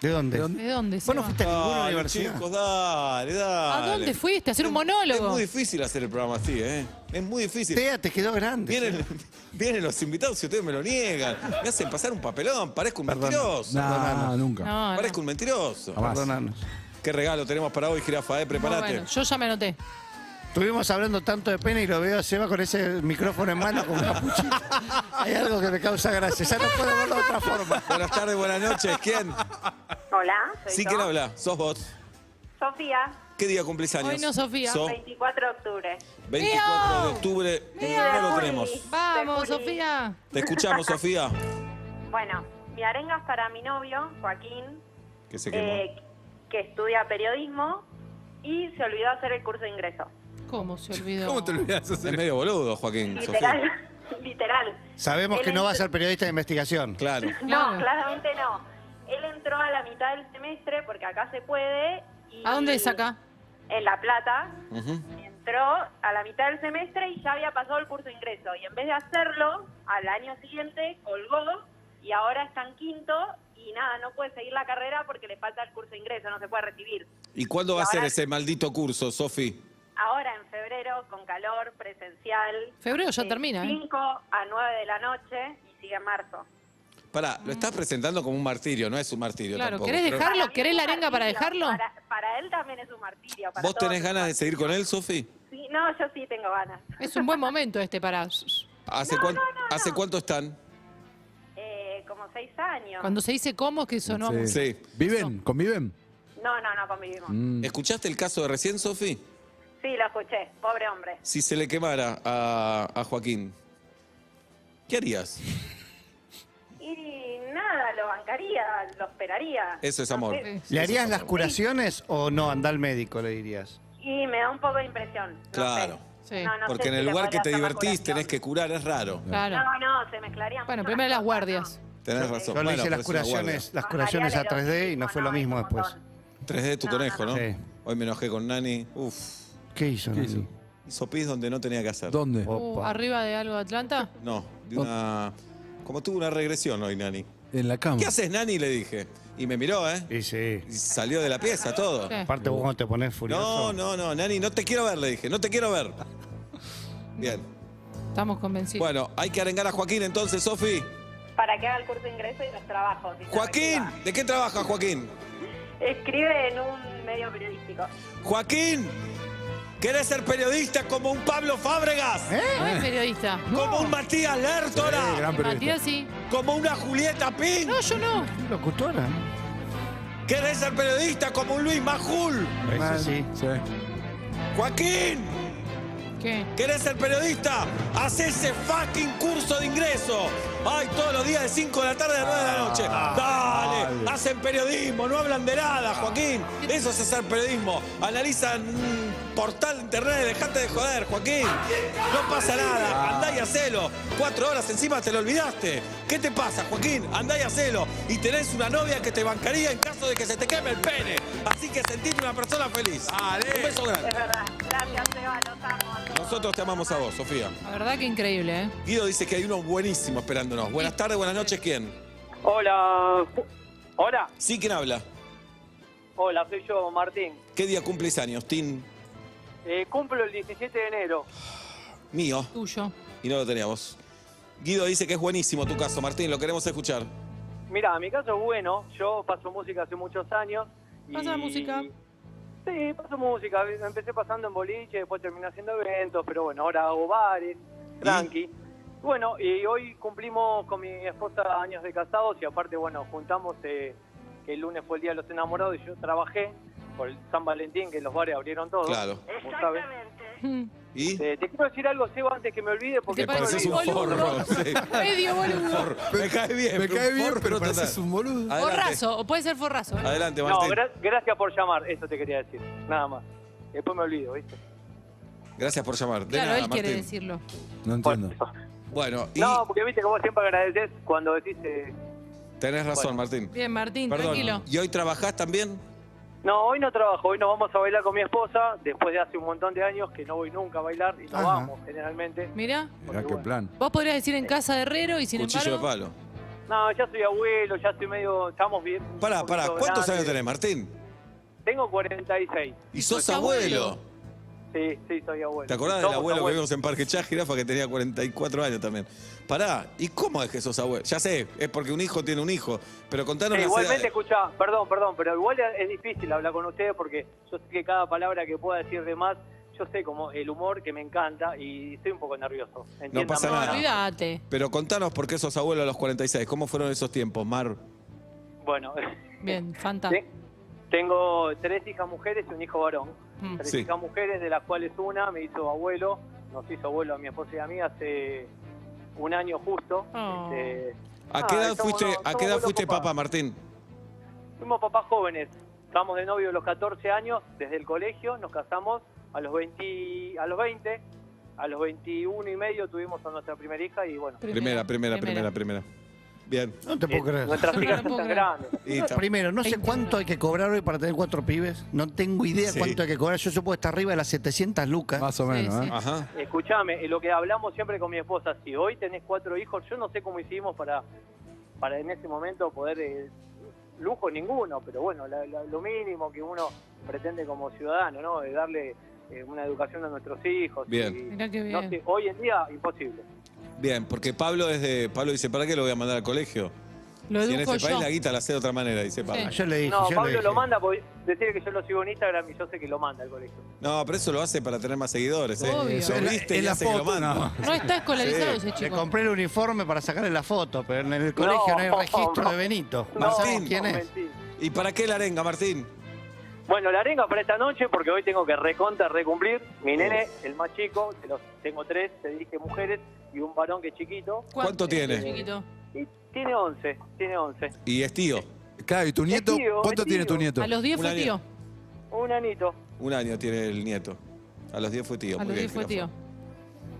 Speaker 4: ¿De dónde?
Speaker 5: ¿De dónde?
Speaker 3: ¿De dónde?
Speaker 4: Vos no
Speaker 3: Seba?
Speaker 4: fuiste a ninguna
Speaker 2: Dale,
Speaker 4: universidad.
Speaker 2: Ah, chicos, dale, dale.
Speaker 3: ¿A dónde fuiste? ¿A hacer un
Speaker 2: Es
Speaker 3: monólogo?
Speaker 2: muy difícil hacer el programa así, ¿eh? Es muy difícil.
Speaker 4: Tea, te quedó grande.
Speaker 2: Vienen, (laughs) vienen los invitados y ustedes me lo niegan. Me hacen pasar un papelón, parezco un mentiroso.
Speaker 5: No, nunca.
Speaker 3: No, no.
Speaker 2: Parezco un mentiroso.
Speaker 5: Jamás.
Speaker 4: Perdonanos.
Speaker 2: Qué regalo tenemos para hoy, jirafa, eh,
Speaker 3: Muy
Speaker 2: prepárate.
Speaker 3: bueno, yo ya me anoté.
Speaker 4: Estuvimos hablando tanto de pena y lo veo a Seba con ese micrófono en mano con
Speaker 3: (laughs)
Speaker 4: capuchino. Hay algo que me causa gracia. Ya no puedo verlo de otra forma.
Speaker 2: (laughs) Buenas tardes, buenas noches. ¿Quién?
Speaker 10: Hola, soy
Speaker 2: Sí,
Speaker 10: yo.
Speaker 2: ¿quién habla? Sos vos.
Speaker 10: Sofía,
Speaker 2: ¿Qué día cumplís años?
Speaker 3: Hoy no, Sofía.
Speaker 2: Sos
Speaker 10: 24 de octubre.
Speaker 2: 24 de octubre. No lo tenemos.
Speaker 3: Vamos,
Speaker 10: Juli.
Speaker 3: Sofía.
Speaker 2: Te escuchamos, Sofía.
Speaker 10: (laughs) Bueno, mi arenga es para mi novio, Joaquín,
Speaker 2: Que se quemó.
Speaker 10: eh, que estudia periodismo y se olvidó hacer el curso de ingreso.
Speaker 3: ¿Cómo se olvidó?
Speaker 5: ¿Cómo te olvidas
Speaker 2: es medio boludo, Joaquín. Sofía.
Speaker 10: Literal, (laughs) literal.
Speaker 4: Sabemos
Speaker 10: Él
Speaker 4: que no va a
Speaker 10: ent-
Speaker 4: ser periodista de investigación.
Speaker 2: Claro.
Speaker 10: No,
Speaker 3: Claro.
Speaker 10: claramente no. Él entró a la mitad del semestre porque acá se puede. y-
Speaker 3: ¿A dónde es acá?
Speaker 10: En La Plata.
Speaker 2: Ujú.
Speaker 10: Entró a la mitad del semestre y ya había pasado el curso de ingreso. Y en vez de hacerlo, al año siguiente colgó y ahora está en quinto y nada, no puede seguir la carrera porque le falta el curso de ingreso, no se puede recibir.
Speaker 2: ¿Y cuándo va a ser
Speaker 10: Ahora-
Speaker 2: ese maldito curso, Sofi?
Speaker 10: Ahora en febrero, con calor, presencial.
Speaker 3: Febrero ya
Speaker 10: de
Speaker 3: termina, ¿eh?
Speaker 10: 5 a 9 de la noche y sigue en marzo.
Speaker 2: Pará, lo estás presentando como un martirio, no es un martirio
Speaker 3: Claro,
Speaker 2: tampoco.
Speaker 3: ¿querés
Speaker 2: pero-
Speaker 3: dejar- ¿Carlos,
Speaker 10: Para mí
Speaker 3: querés
Speaker 10: es
Speaker 3: la
Speaker 10: un
Speaker 3: arenga para
Speaker 10: martirio,
Speaker 3: dejarlo?
Speaker 10: Para, para él también es un martirio. para
Speaker 2: ¿Vos tenés
Speaker 10: todos.
Speaker 2: ganas de seguir con él, Sofi?
Speaker 10: Sí, no, yo sí tengo ganas.
Speaker 3: Es un buen momento este para...
Speaker 2: ¿Hace, cuán- ¿Hace cuánto están?
Speaker 10: Eh, como seis años.
Speaker 3: Cuando se dice cómo es que sonó...
Speaker 5: Sí.
Speaker 3: mucho.
Speaker 2: Sí.
Speaker 5: ¿Viven? ¿Conviven?
Speaker 10: No, no, no convivimos.
Speaker 4: Mm.
Speaker 2: ¿Escuchaste el caso de recién, Sofi?
Speaker 10: Sí, lo escuché. Pobre hombre.
Speaker 2: Si se le quemara a, a Joaquín, ¿qué harías?
Speaker 10: Y nada, lo bancaría, lo esperaría.
Speaker 2: Eso es amor.
Speaker 10: sé.
Speaker 4: ¿Le harías las curaciones o no? Andá al médico, le dirías.
Speaker 10: Y me da un poco de impresión. no
Speaker 2: Claro.
Speaker 10: sé.
Speaker 3: Sí.
Speaker 10: No, no
Speaker 2: Porque
Speaker 10: sé
Speaker 2: en
Speaker 10: si
Speaker 2: el
Speaker 10: le
Speaker 2: lugar que
Speaker 10: podría
Speaker 2: te
Speaker 10: hacer la
Speaker 2: divertís tenés que
Speaker 10: curación.
Speaker 2: curar, es raro.
Speaker 3: Claro.
Speaker 10: No, no, se mezclaría
Speaker 3: Bueno,
Speaker 10: mucho
Speaker 3: primero
Speaker 10: la
Speaker 3: las
Speaker 10: cosa,
Speaker 3: guardias.
Speaker 2: Tenés razón.
Speaker 4: Yo le
Speaker 2: Bueno,
Speaker 4: hice
Speaker 2: pero
Speaker 4: las
Speaker 2: es una
Speaker 4: curaciones,
Speaker 10: no.
Speaker 2: Ah,
Speaker 4: las curaciones a
Speaker 10: Bancaría el
Speaker 4: 3D y no fue lo mismo
Speaker 10: erotismo,
Speaker 4: después.
Speaker 10: no, es un montón.
Speaker 2: guardia. 3D tu conejo, ¿no?
Speaker 4: Sí.
Speaker 2: Hoy me enojé con Nani. Uf.
Speaker 4: ¿Qué hizo? Nani?
Speaker 2: Hizo pis donde no tenía que hacer.
Speaker 5: ¿Dónde?
Speaker 4: Oh.
Speaker 3: Uh,
Speaker 4: Opa.
Speaker 3: ¿Arriba de algo de Atlanta?
Speaker 2: No, de una. Como tuvo una regresión hoy, Nani.
Speaker 5: En la cama.
Speaker 2: ¿Qué haces, Nani? Le dije. Y me miró, ¿eh?
Speaker 4: Y sí.
Speaker 2: Y salió de la pieza todo.
Speaker 3: Sí.
Speaker 4: Aparte vos cuando te pones
Speaker 2: No,
Speaker 4: furioso.
Speaker 2: no, no, Nani, no te quiero ver, le dije. No te quiero ver.
Speaker 3: (laughs)
Speaker 2: Bien.
Speaker 3: Estamos convencidos.
Speaker 2: Bueno, hay que arengar a Joaquín entonces, Sofi.
Speaker 8: para que haga el curso de ingreso y los trabajos. dice
Speaker 2: Joaquín,
Speaker 8: la
Speaker 2: ¿de qué trabajas, Joaquín?
Speaker 8: activa. Escribe en un medio periodístico.
Speaker 2: Joaquín, ¿querés ser periodista como un Pablo Fábregas?
Speaker 3: No ¿Eh? es periodista. Eh,
Speaker 2: Como un Matías
Speaker 5: Sí,
Speaker 2: Lertora,
Speaker 5: ¿Eh? gran periodista.
Speaker 3: Matías sí.
Speaker 2: como una Julieta Pin.
Speaker 3: No, yo no.
Speaker 4: Locutora.
Speaker 2: ¿Querés ser periodista como un Luis Majul?
Speaker 4: Eso sí.
Speaker 5: sí.
Speaker 2: Joaquín,
Speaker 3: ¿Qué?
Speaker 2: ¿querés ser periodista? Haz ese fucking curso de ingreso. Ay, todos los días de 5 de la tarde a 9 de la noche. Dale,
Speaker 5: dale.
Speaker 2: hacen periodismo, no hablan de nada, Joaquín. Eso es hacer periodismo. Analizan mm, portal de internet, dejate de joder, Joaquín. No pasa nada, andá y hacelo. Cuatro horas encima te lo olvidaste. ¿Qué te pasa, Joaquín? Andá y hacelo. Y tenés una novia que te bancaría en caso de que se te queme el pene. Así que sentite una persona feliz. Un beso grande.
Speaker 8: Es verdad. Gracias, Seba, los amo. a todos.
Speaker 2: Nosotros te amamos a vos, Sofía.
Speaker 3: La verdad que increíble, ¿eh?
Speaker 2: Guido dice que hay uno buenísimo esperándonos. Buenas tardes, buenas noches, ¿quién?
Speaker 9: Hola. Hola.
Speaker 2: Sí, ¿quién habla?
Speaker 9: Hola, soy yo, Martín.
Speaker 2: ¿Qué día cumplís años, Tin?
Speaker 9: Eh, cumplo el 17 de enero.
Speaker 2: Mío.
Speaker 3: Tuyo.
Speaker 2: Y no lo teníamos. Guido dice que es buenísimo tu caso, Martín, lo queremos escuchar.
Speaker 9: Mira, mi caso es bueno. Yo paso música hace muchos años. y-
Speaker 3: ¿Pasas música?
Speaker 9: Sí, paso música. Empecé pasando en boliche, después terminé haciendo eventos, pero bueno, ahora hago bares, tranqui. Bueno, y hoy cumplimos con mi esposa años de casados y aparte, bueno, juntamos eh, que el lunes fue el Día de los Enamorados y yo trabajé por el San Valentín, que los bares abrieron todos.
Speaker 2: Claro.
Speaker 9: como sabes.
Speaker 3: Mm.
Speaker 2: ¿Y?
Speaker 9: Eh, te quiero decir algo, Seba, antes que me olvide, porque
Speaker 3: Te
Speaker 9: no me
Speaker 2: pareces
Speaker 3: pareces
Speaker 2: un
Speaker 9: olvido.
Speaker 3: un
Speaker 2: forro.
Speaker 9: (laughs)
Speaker 3: boludo.
Speaker 2: sí.
Speaker 3: Medio boludo.
Speaker 2: Me cae bien.
Speaker 5: Me
Speaker 2: pero
Speaker 5: cae
Speaker 2: un
Speaker 5: bien,
Speaker 2: forro,
Speaker 5: pero te
Speaker 2: perdón.
Speaker 5: haces un boludo.
Speaker 2: Adelante.
Speaker 3: Forrazo. O puede ser forrazo. ¿eh?
Speaker 2: Adelante,
Speaker 9: No,
Speaker 2: Martín.
Speaker 9: gra- gracias por llamar, eso te quería decir, nada más. Después me olvido, ¿viste?
Speaker 2: Gracias por llamar. De
Speaker 3: Claro,
Speaker 2: nada,
Speaker 3: él quiere
Speaker 2: Martín.
Speaker 3: decirlo.
Speaker 5: No
Speaker 9: Por
Speaker 5: entiendo.
Speaker 9: eso.
Speaker 2: Bueno, y
Speaker 9: No, porque viste que vos siempre agradeces cuando decís... eh,
Speaker 2: tenés razón, Martín.
Speaker 3: Bien, Martín,
Speaker 2: Perdón.
Speaker 3: tranquilo.
Speaker 2: ¿Y hoy trabajás también?
Speaker 9: No, hoy no trabajo, hoy nos vamos a bailar con mi esposa, después de hace un montón de años que no voy nunca a bailar y no
Speaker 5: Ajá.
Speaker 9: vamos generalmente. Eh.
Speaker 3: Mirá,
Speaker 5: Mirá qué plan.
Speaker 3: vos podrías decir en casa de Herrero y sin
Speaker 2: Cuchillo de palo.
Speaker 3: embargo.
Speaker 9: No, ya soy abuelo, ya soy medio... Estamos bien. un
Speaker 2: Pará,
Speaker 9: poquito
Speaker 2: pará, ¿cuántos años
Speaker 9: grandes.
Speaker 2: tenés, Martín?
Speaker 9: Tengo 46.
Speaker 2: Y sos
Speaker 3: Sos abuelo.
Speaker 2: abuelo.
Speaker 9: Sí, sí, soy abuelo.
Speaker 2: ¿Te acordás del
Speaker 9: Somos
Speaker 2: abuelo que
Speaker 9: abuelos.
Speaker 2: vimos en Parque Chá, Jirafa, que tenía 44 años también? Pará, ¿y cómo es que sos abuelo? Ya sé, es porque un hijo tiene un hijo, pero contanos
Speaker 9: Sí,
Speaker 2: las
Speaker 9: Eh, igualmente
Speaker 2: edades.
Speaker 9: escuchá, perdón, perdón, pero igual es es difícil hablar con ustedes porque yo sé que cada palabra que pueda decir de más, yo sé como el humor que me encanta y estoy un poco nervioso. Entiéndame.
Speaker 2: pasa
Speaker 3: No,
Speaker 2: nada.
Speaker 3: olvídate.
Speaker 2: Pero contanos por qué sos abuelo a los 46, ¿cómo fueron esos tiempos, Mar?
Speaker 9: Bueno, (laughs)
Speaker 3: Bien, Fanta.
Speaker 9: te- tengo tres hijas mujeres y un hijo varón.
Speaker 3: Mm.
Speaker 9: Tres
Speaker 2: Sí.
Speaker 9: hijas mujeres, de las cuales una me hizo abuelo, nos hizo abuelo a mi esposa y a mí hace un año justo.
Speaker 3: Oh.
Speaker 9: Este,
Speaker 2: ¿A qué
Speaker 9: Ah,
Speaker 2: edad
Speaker 9: somos
Speaker 2: fuiste,
Speaker 9: unos-
Speaker 2: ¿a
Speaker 9: somos
Speaker 2: qué edad
Speaker 9: buenos
Speaker 2: fuiste
Speaker 9: papás.
Speaker 2: papá, Martín?
Speaker 9: Fuimos papás jóvenes. Estábamos de novio a los 14 años, desde el colegio, nos casamos a los 20, a los 20, a los 21 y medio tuvimos a nuestra primera hija y bueno,
Speaker 2: Primera, primera, primera, primera. Bien.
Speaker 4: No te puedo
Speaker 9: eh,
Speaker 4: creer.
Speaker 3: (laughs)
Speaker 9: nuestras
Speaker 3: No
Speaker 9: hijas
Speaker 3: lo puedo
Speaker 9: están
Speaker 3: creer.
Speaker 9: grandes.
Speaker 2: Y ta-
Speaker 4: Primero, no sé cuánto hay que cobrar hoy para tener cuatro pibes. No tengo idea
Speaker 2: Sí.
Speaker 4: cuánto hay que cobrar. Yo supongo que está arriba de las 700 lucas.
Speaker 5: Más o
Speaker 3: Sí,
Speaker 5: menos,
Speaker 3: sí.
Speaker 5: ¿eh?
Speaker 2: Ajá.
Speaker 9: Escuchame, eh, lo que hablamos siempre con mi esposa, si hoy tenés cuatro hijos, yo no sé cómo hicimos para, para en ese momento poder, eh, lujo ninguno, pero bueno, la- la- lo mínimo que uno pretende como ciudadano, ¿no? De darle eh, una educación a nuestros hijos.
Speaker 2: Bien.
Speaker 9: Y
Speaker 3: Mirá qué
Speaker 9: no
Speaker 3: bien.
Speaker 9: sé, hoy en día, imposible.
Speaker 2: Bien, porque Pablo desde Pablo dice, ¿para qué lo voy a mandar al colegio?
Speaker 3: Lo
Speaker 2: Si en
Speaker 3: educo
Speaker 2: este país
Speaker 3: yo.
Speaker 2: la guita la hace de otra manera, dice Pablo.
Speaker 4: Ah, Yo le dije,
Speaker 9: No,
Speaker 4: yo le
Speaker 9: Pablo
Speaker 4: dije.
Speaker 9: lo manda, porque decir que yo lo sigo en Instagram y yo sé que lo manda al colegio.
Speaker 2: No, pero eso lo hace para tener más seguidores, ¿eh?
Speaker 3: Obvio.
Speaker 2: Lo
Speaker 5: En la-
Speaker 2: viste y
Speaker 5: en la
Speaker 2: hace que lo
Speaker 5: foto,
Speaker 2: manda.
Speaker 5: no.
Speaker 3: No está escolarizado
Speaker 2: Sí.
Speaker 3: ese
Speaker 4: Le
Speaker 3: chico.
Speaker 4: compré el uniforme para sacarle la foto, pero en el colegio no, hay
Speaker 9: no.
Speaker 4: registro de Benito. No,
Speaker 9: No,
Speaker 4: sabemos quién es.
Speaker 9: mentí.
Speaker 2: ¿Y para qué la arenga, Martín?
Speaker 9: Bueno, la arenga para esta noche, porque hoy tengo que recontra, recumplir. Mi nene, el más chico, que los tengo tres, te dije mujeres, y un varón que es chiquito.
Speaker 2: ¿Cuánto tiene?
Speaker 3: Chiquito.
Speaker 9: Y tiene 11, tiene 11.
Speaker 2: Y es tío.
Speaker 5: Claro, ¿y tu nieto?
Speaker 9: tío,
Speaker 5: ¿Cuánto
Speaker 9: es
Speaker 5: tiene tu
Speaker 9: tío.
Speaker 5: nieto?
Speaker 3: A los 10
Speaker 2: Una
Speaker 3: fue
Speaker 2: diez.
Speaker 3: tío.
Speaker 9: Un anito.
Speaker 2: Un año tiene el nieto. A los 10 fue tío.
Speaker 3: A
Speaker 2: muy
Speaker 3: los
Speaker 2: bien,
Speaker 3: 10 fue tío.
Speaker 2: Jirafa.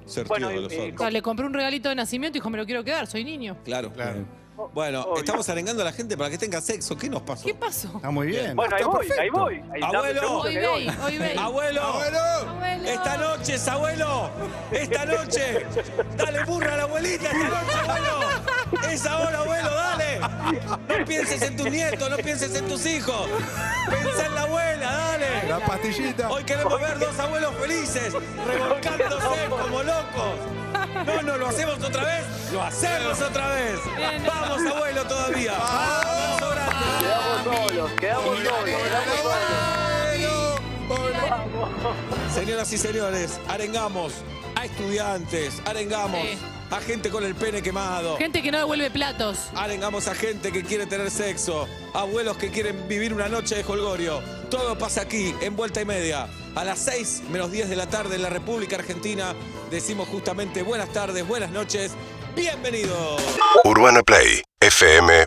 Speaker 2: Ser
Speaker 9: Bueno, eh,
Speaker 2: tío de
Speaker 9: y-
Speaker 2: los
Speaker 9: y-
Speaker 3: O
Speaker 2: otros.
Speaker 3: sea, le compré un regalito de nacimiento y dijo, me lo quiero quedar, soy niño.
Speaker 2: Claro.
Speaker 4: Claro.
Speaker 2: Bueno,
Speaker 9: Obvio.
Speaker 2: estamos arengando a la gente para que tenga sexo. ¿Qué nos pasó?
Speaker 3: ¿Qué pasó?
Speaker 4: Está muy bien.
Speaker 9: Bueno, ahí
Speaker 5: está
Speaker 9: voy, ahí
Speaker 5: perfecto.
Speaker 9: voy. Ahí dame
Speaker 2: Abuelo.
Speaker 9: un segundo
Speaker 3: Hoy
Speaker 9: que
Speaker 3: veis,
Speaker 9: voy.
Speaker 3: hoy veis.
Speaker 2: ¡Abuelo!
Speaker 5: ¡Abuelo!
Speaker 3: Abuelo.
Speaker 2: Esta noche es abuelo. Esta noche. Dale burra a la abuelita esta noche, abuelo. Es ahora, abuelo, dale. No pienses en tus nietos, no pienses en tus hijos. Pensá en la abuela, dale.
Speaker 5: La pastillita.
Speaker 2: Hoy queremos ver dos abuelos felices, revolcándose como locos. No, no, lo hacemos otra vez, lo hacemos otra vez.
Speaker 3: Bien.
Speaker 2: Vamos, abuelo, todavía. Abrazo grande.
Speaker 9: Quedamos solos, quedamos solos, quedamos solos.
Speaker 7: Ah.
Speaker 5: Oh,
Speaker 2: Señoras y señores, arengamos a estudiantes, arengamos
Speaker 3: Sí.
Speaker 2: a gente con el pene
Speaker 5: oh.
Speaker 2: quemado.
Speaker 3: Gente que no devuelve platos.
Speaker 2: Arengamos a gente que quiere tener sexo, abuelos que quieren vivir una noche de jolgorio. Todo pasa aquí, en vuelta y media. A las 6 menos 10 de la tarde en la República Argentina decimos justamente buenas tardes, buenas noches, bienvenidos.
Speaker 11: UrbanaPlayFM.com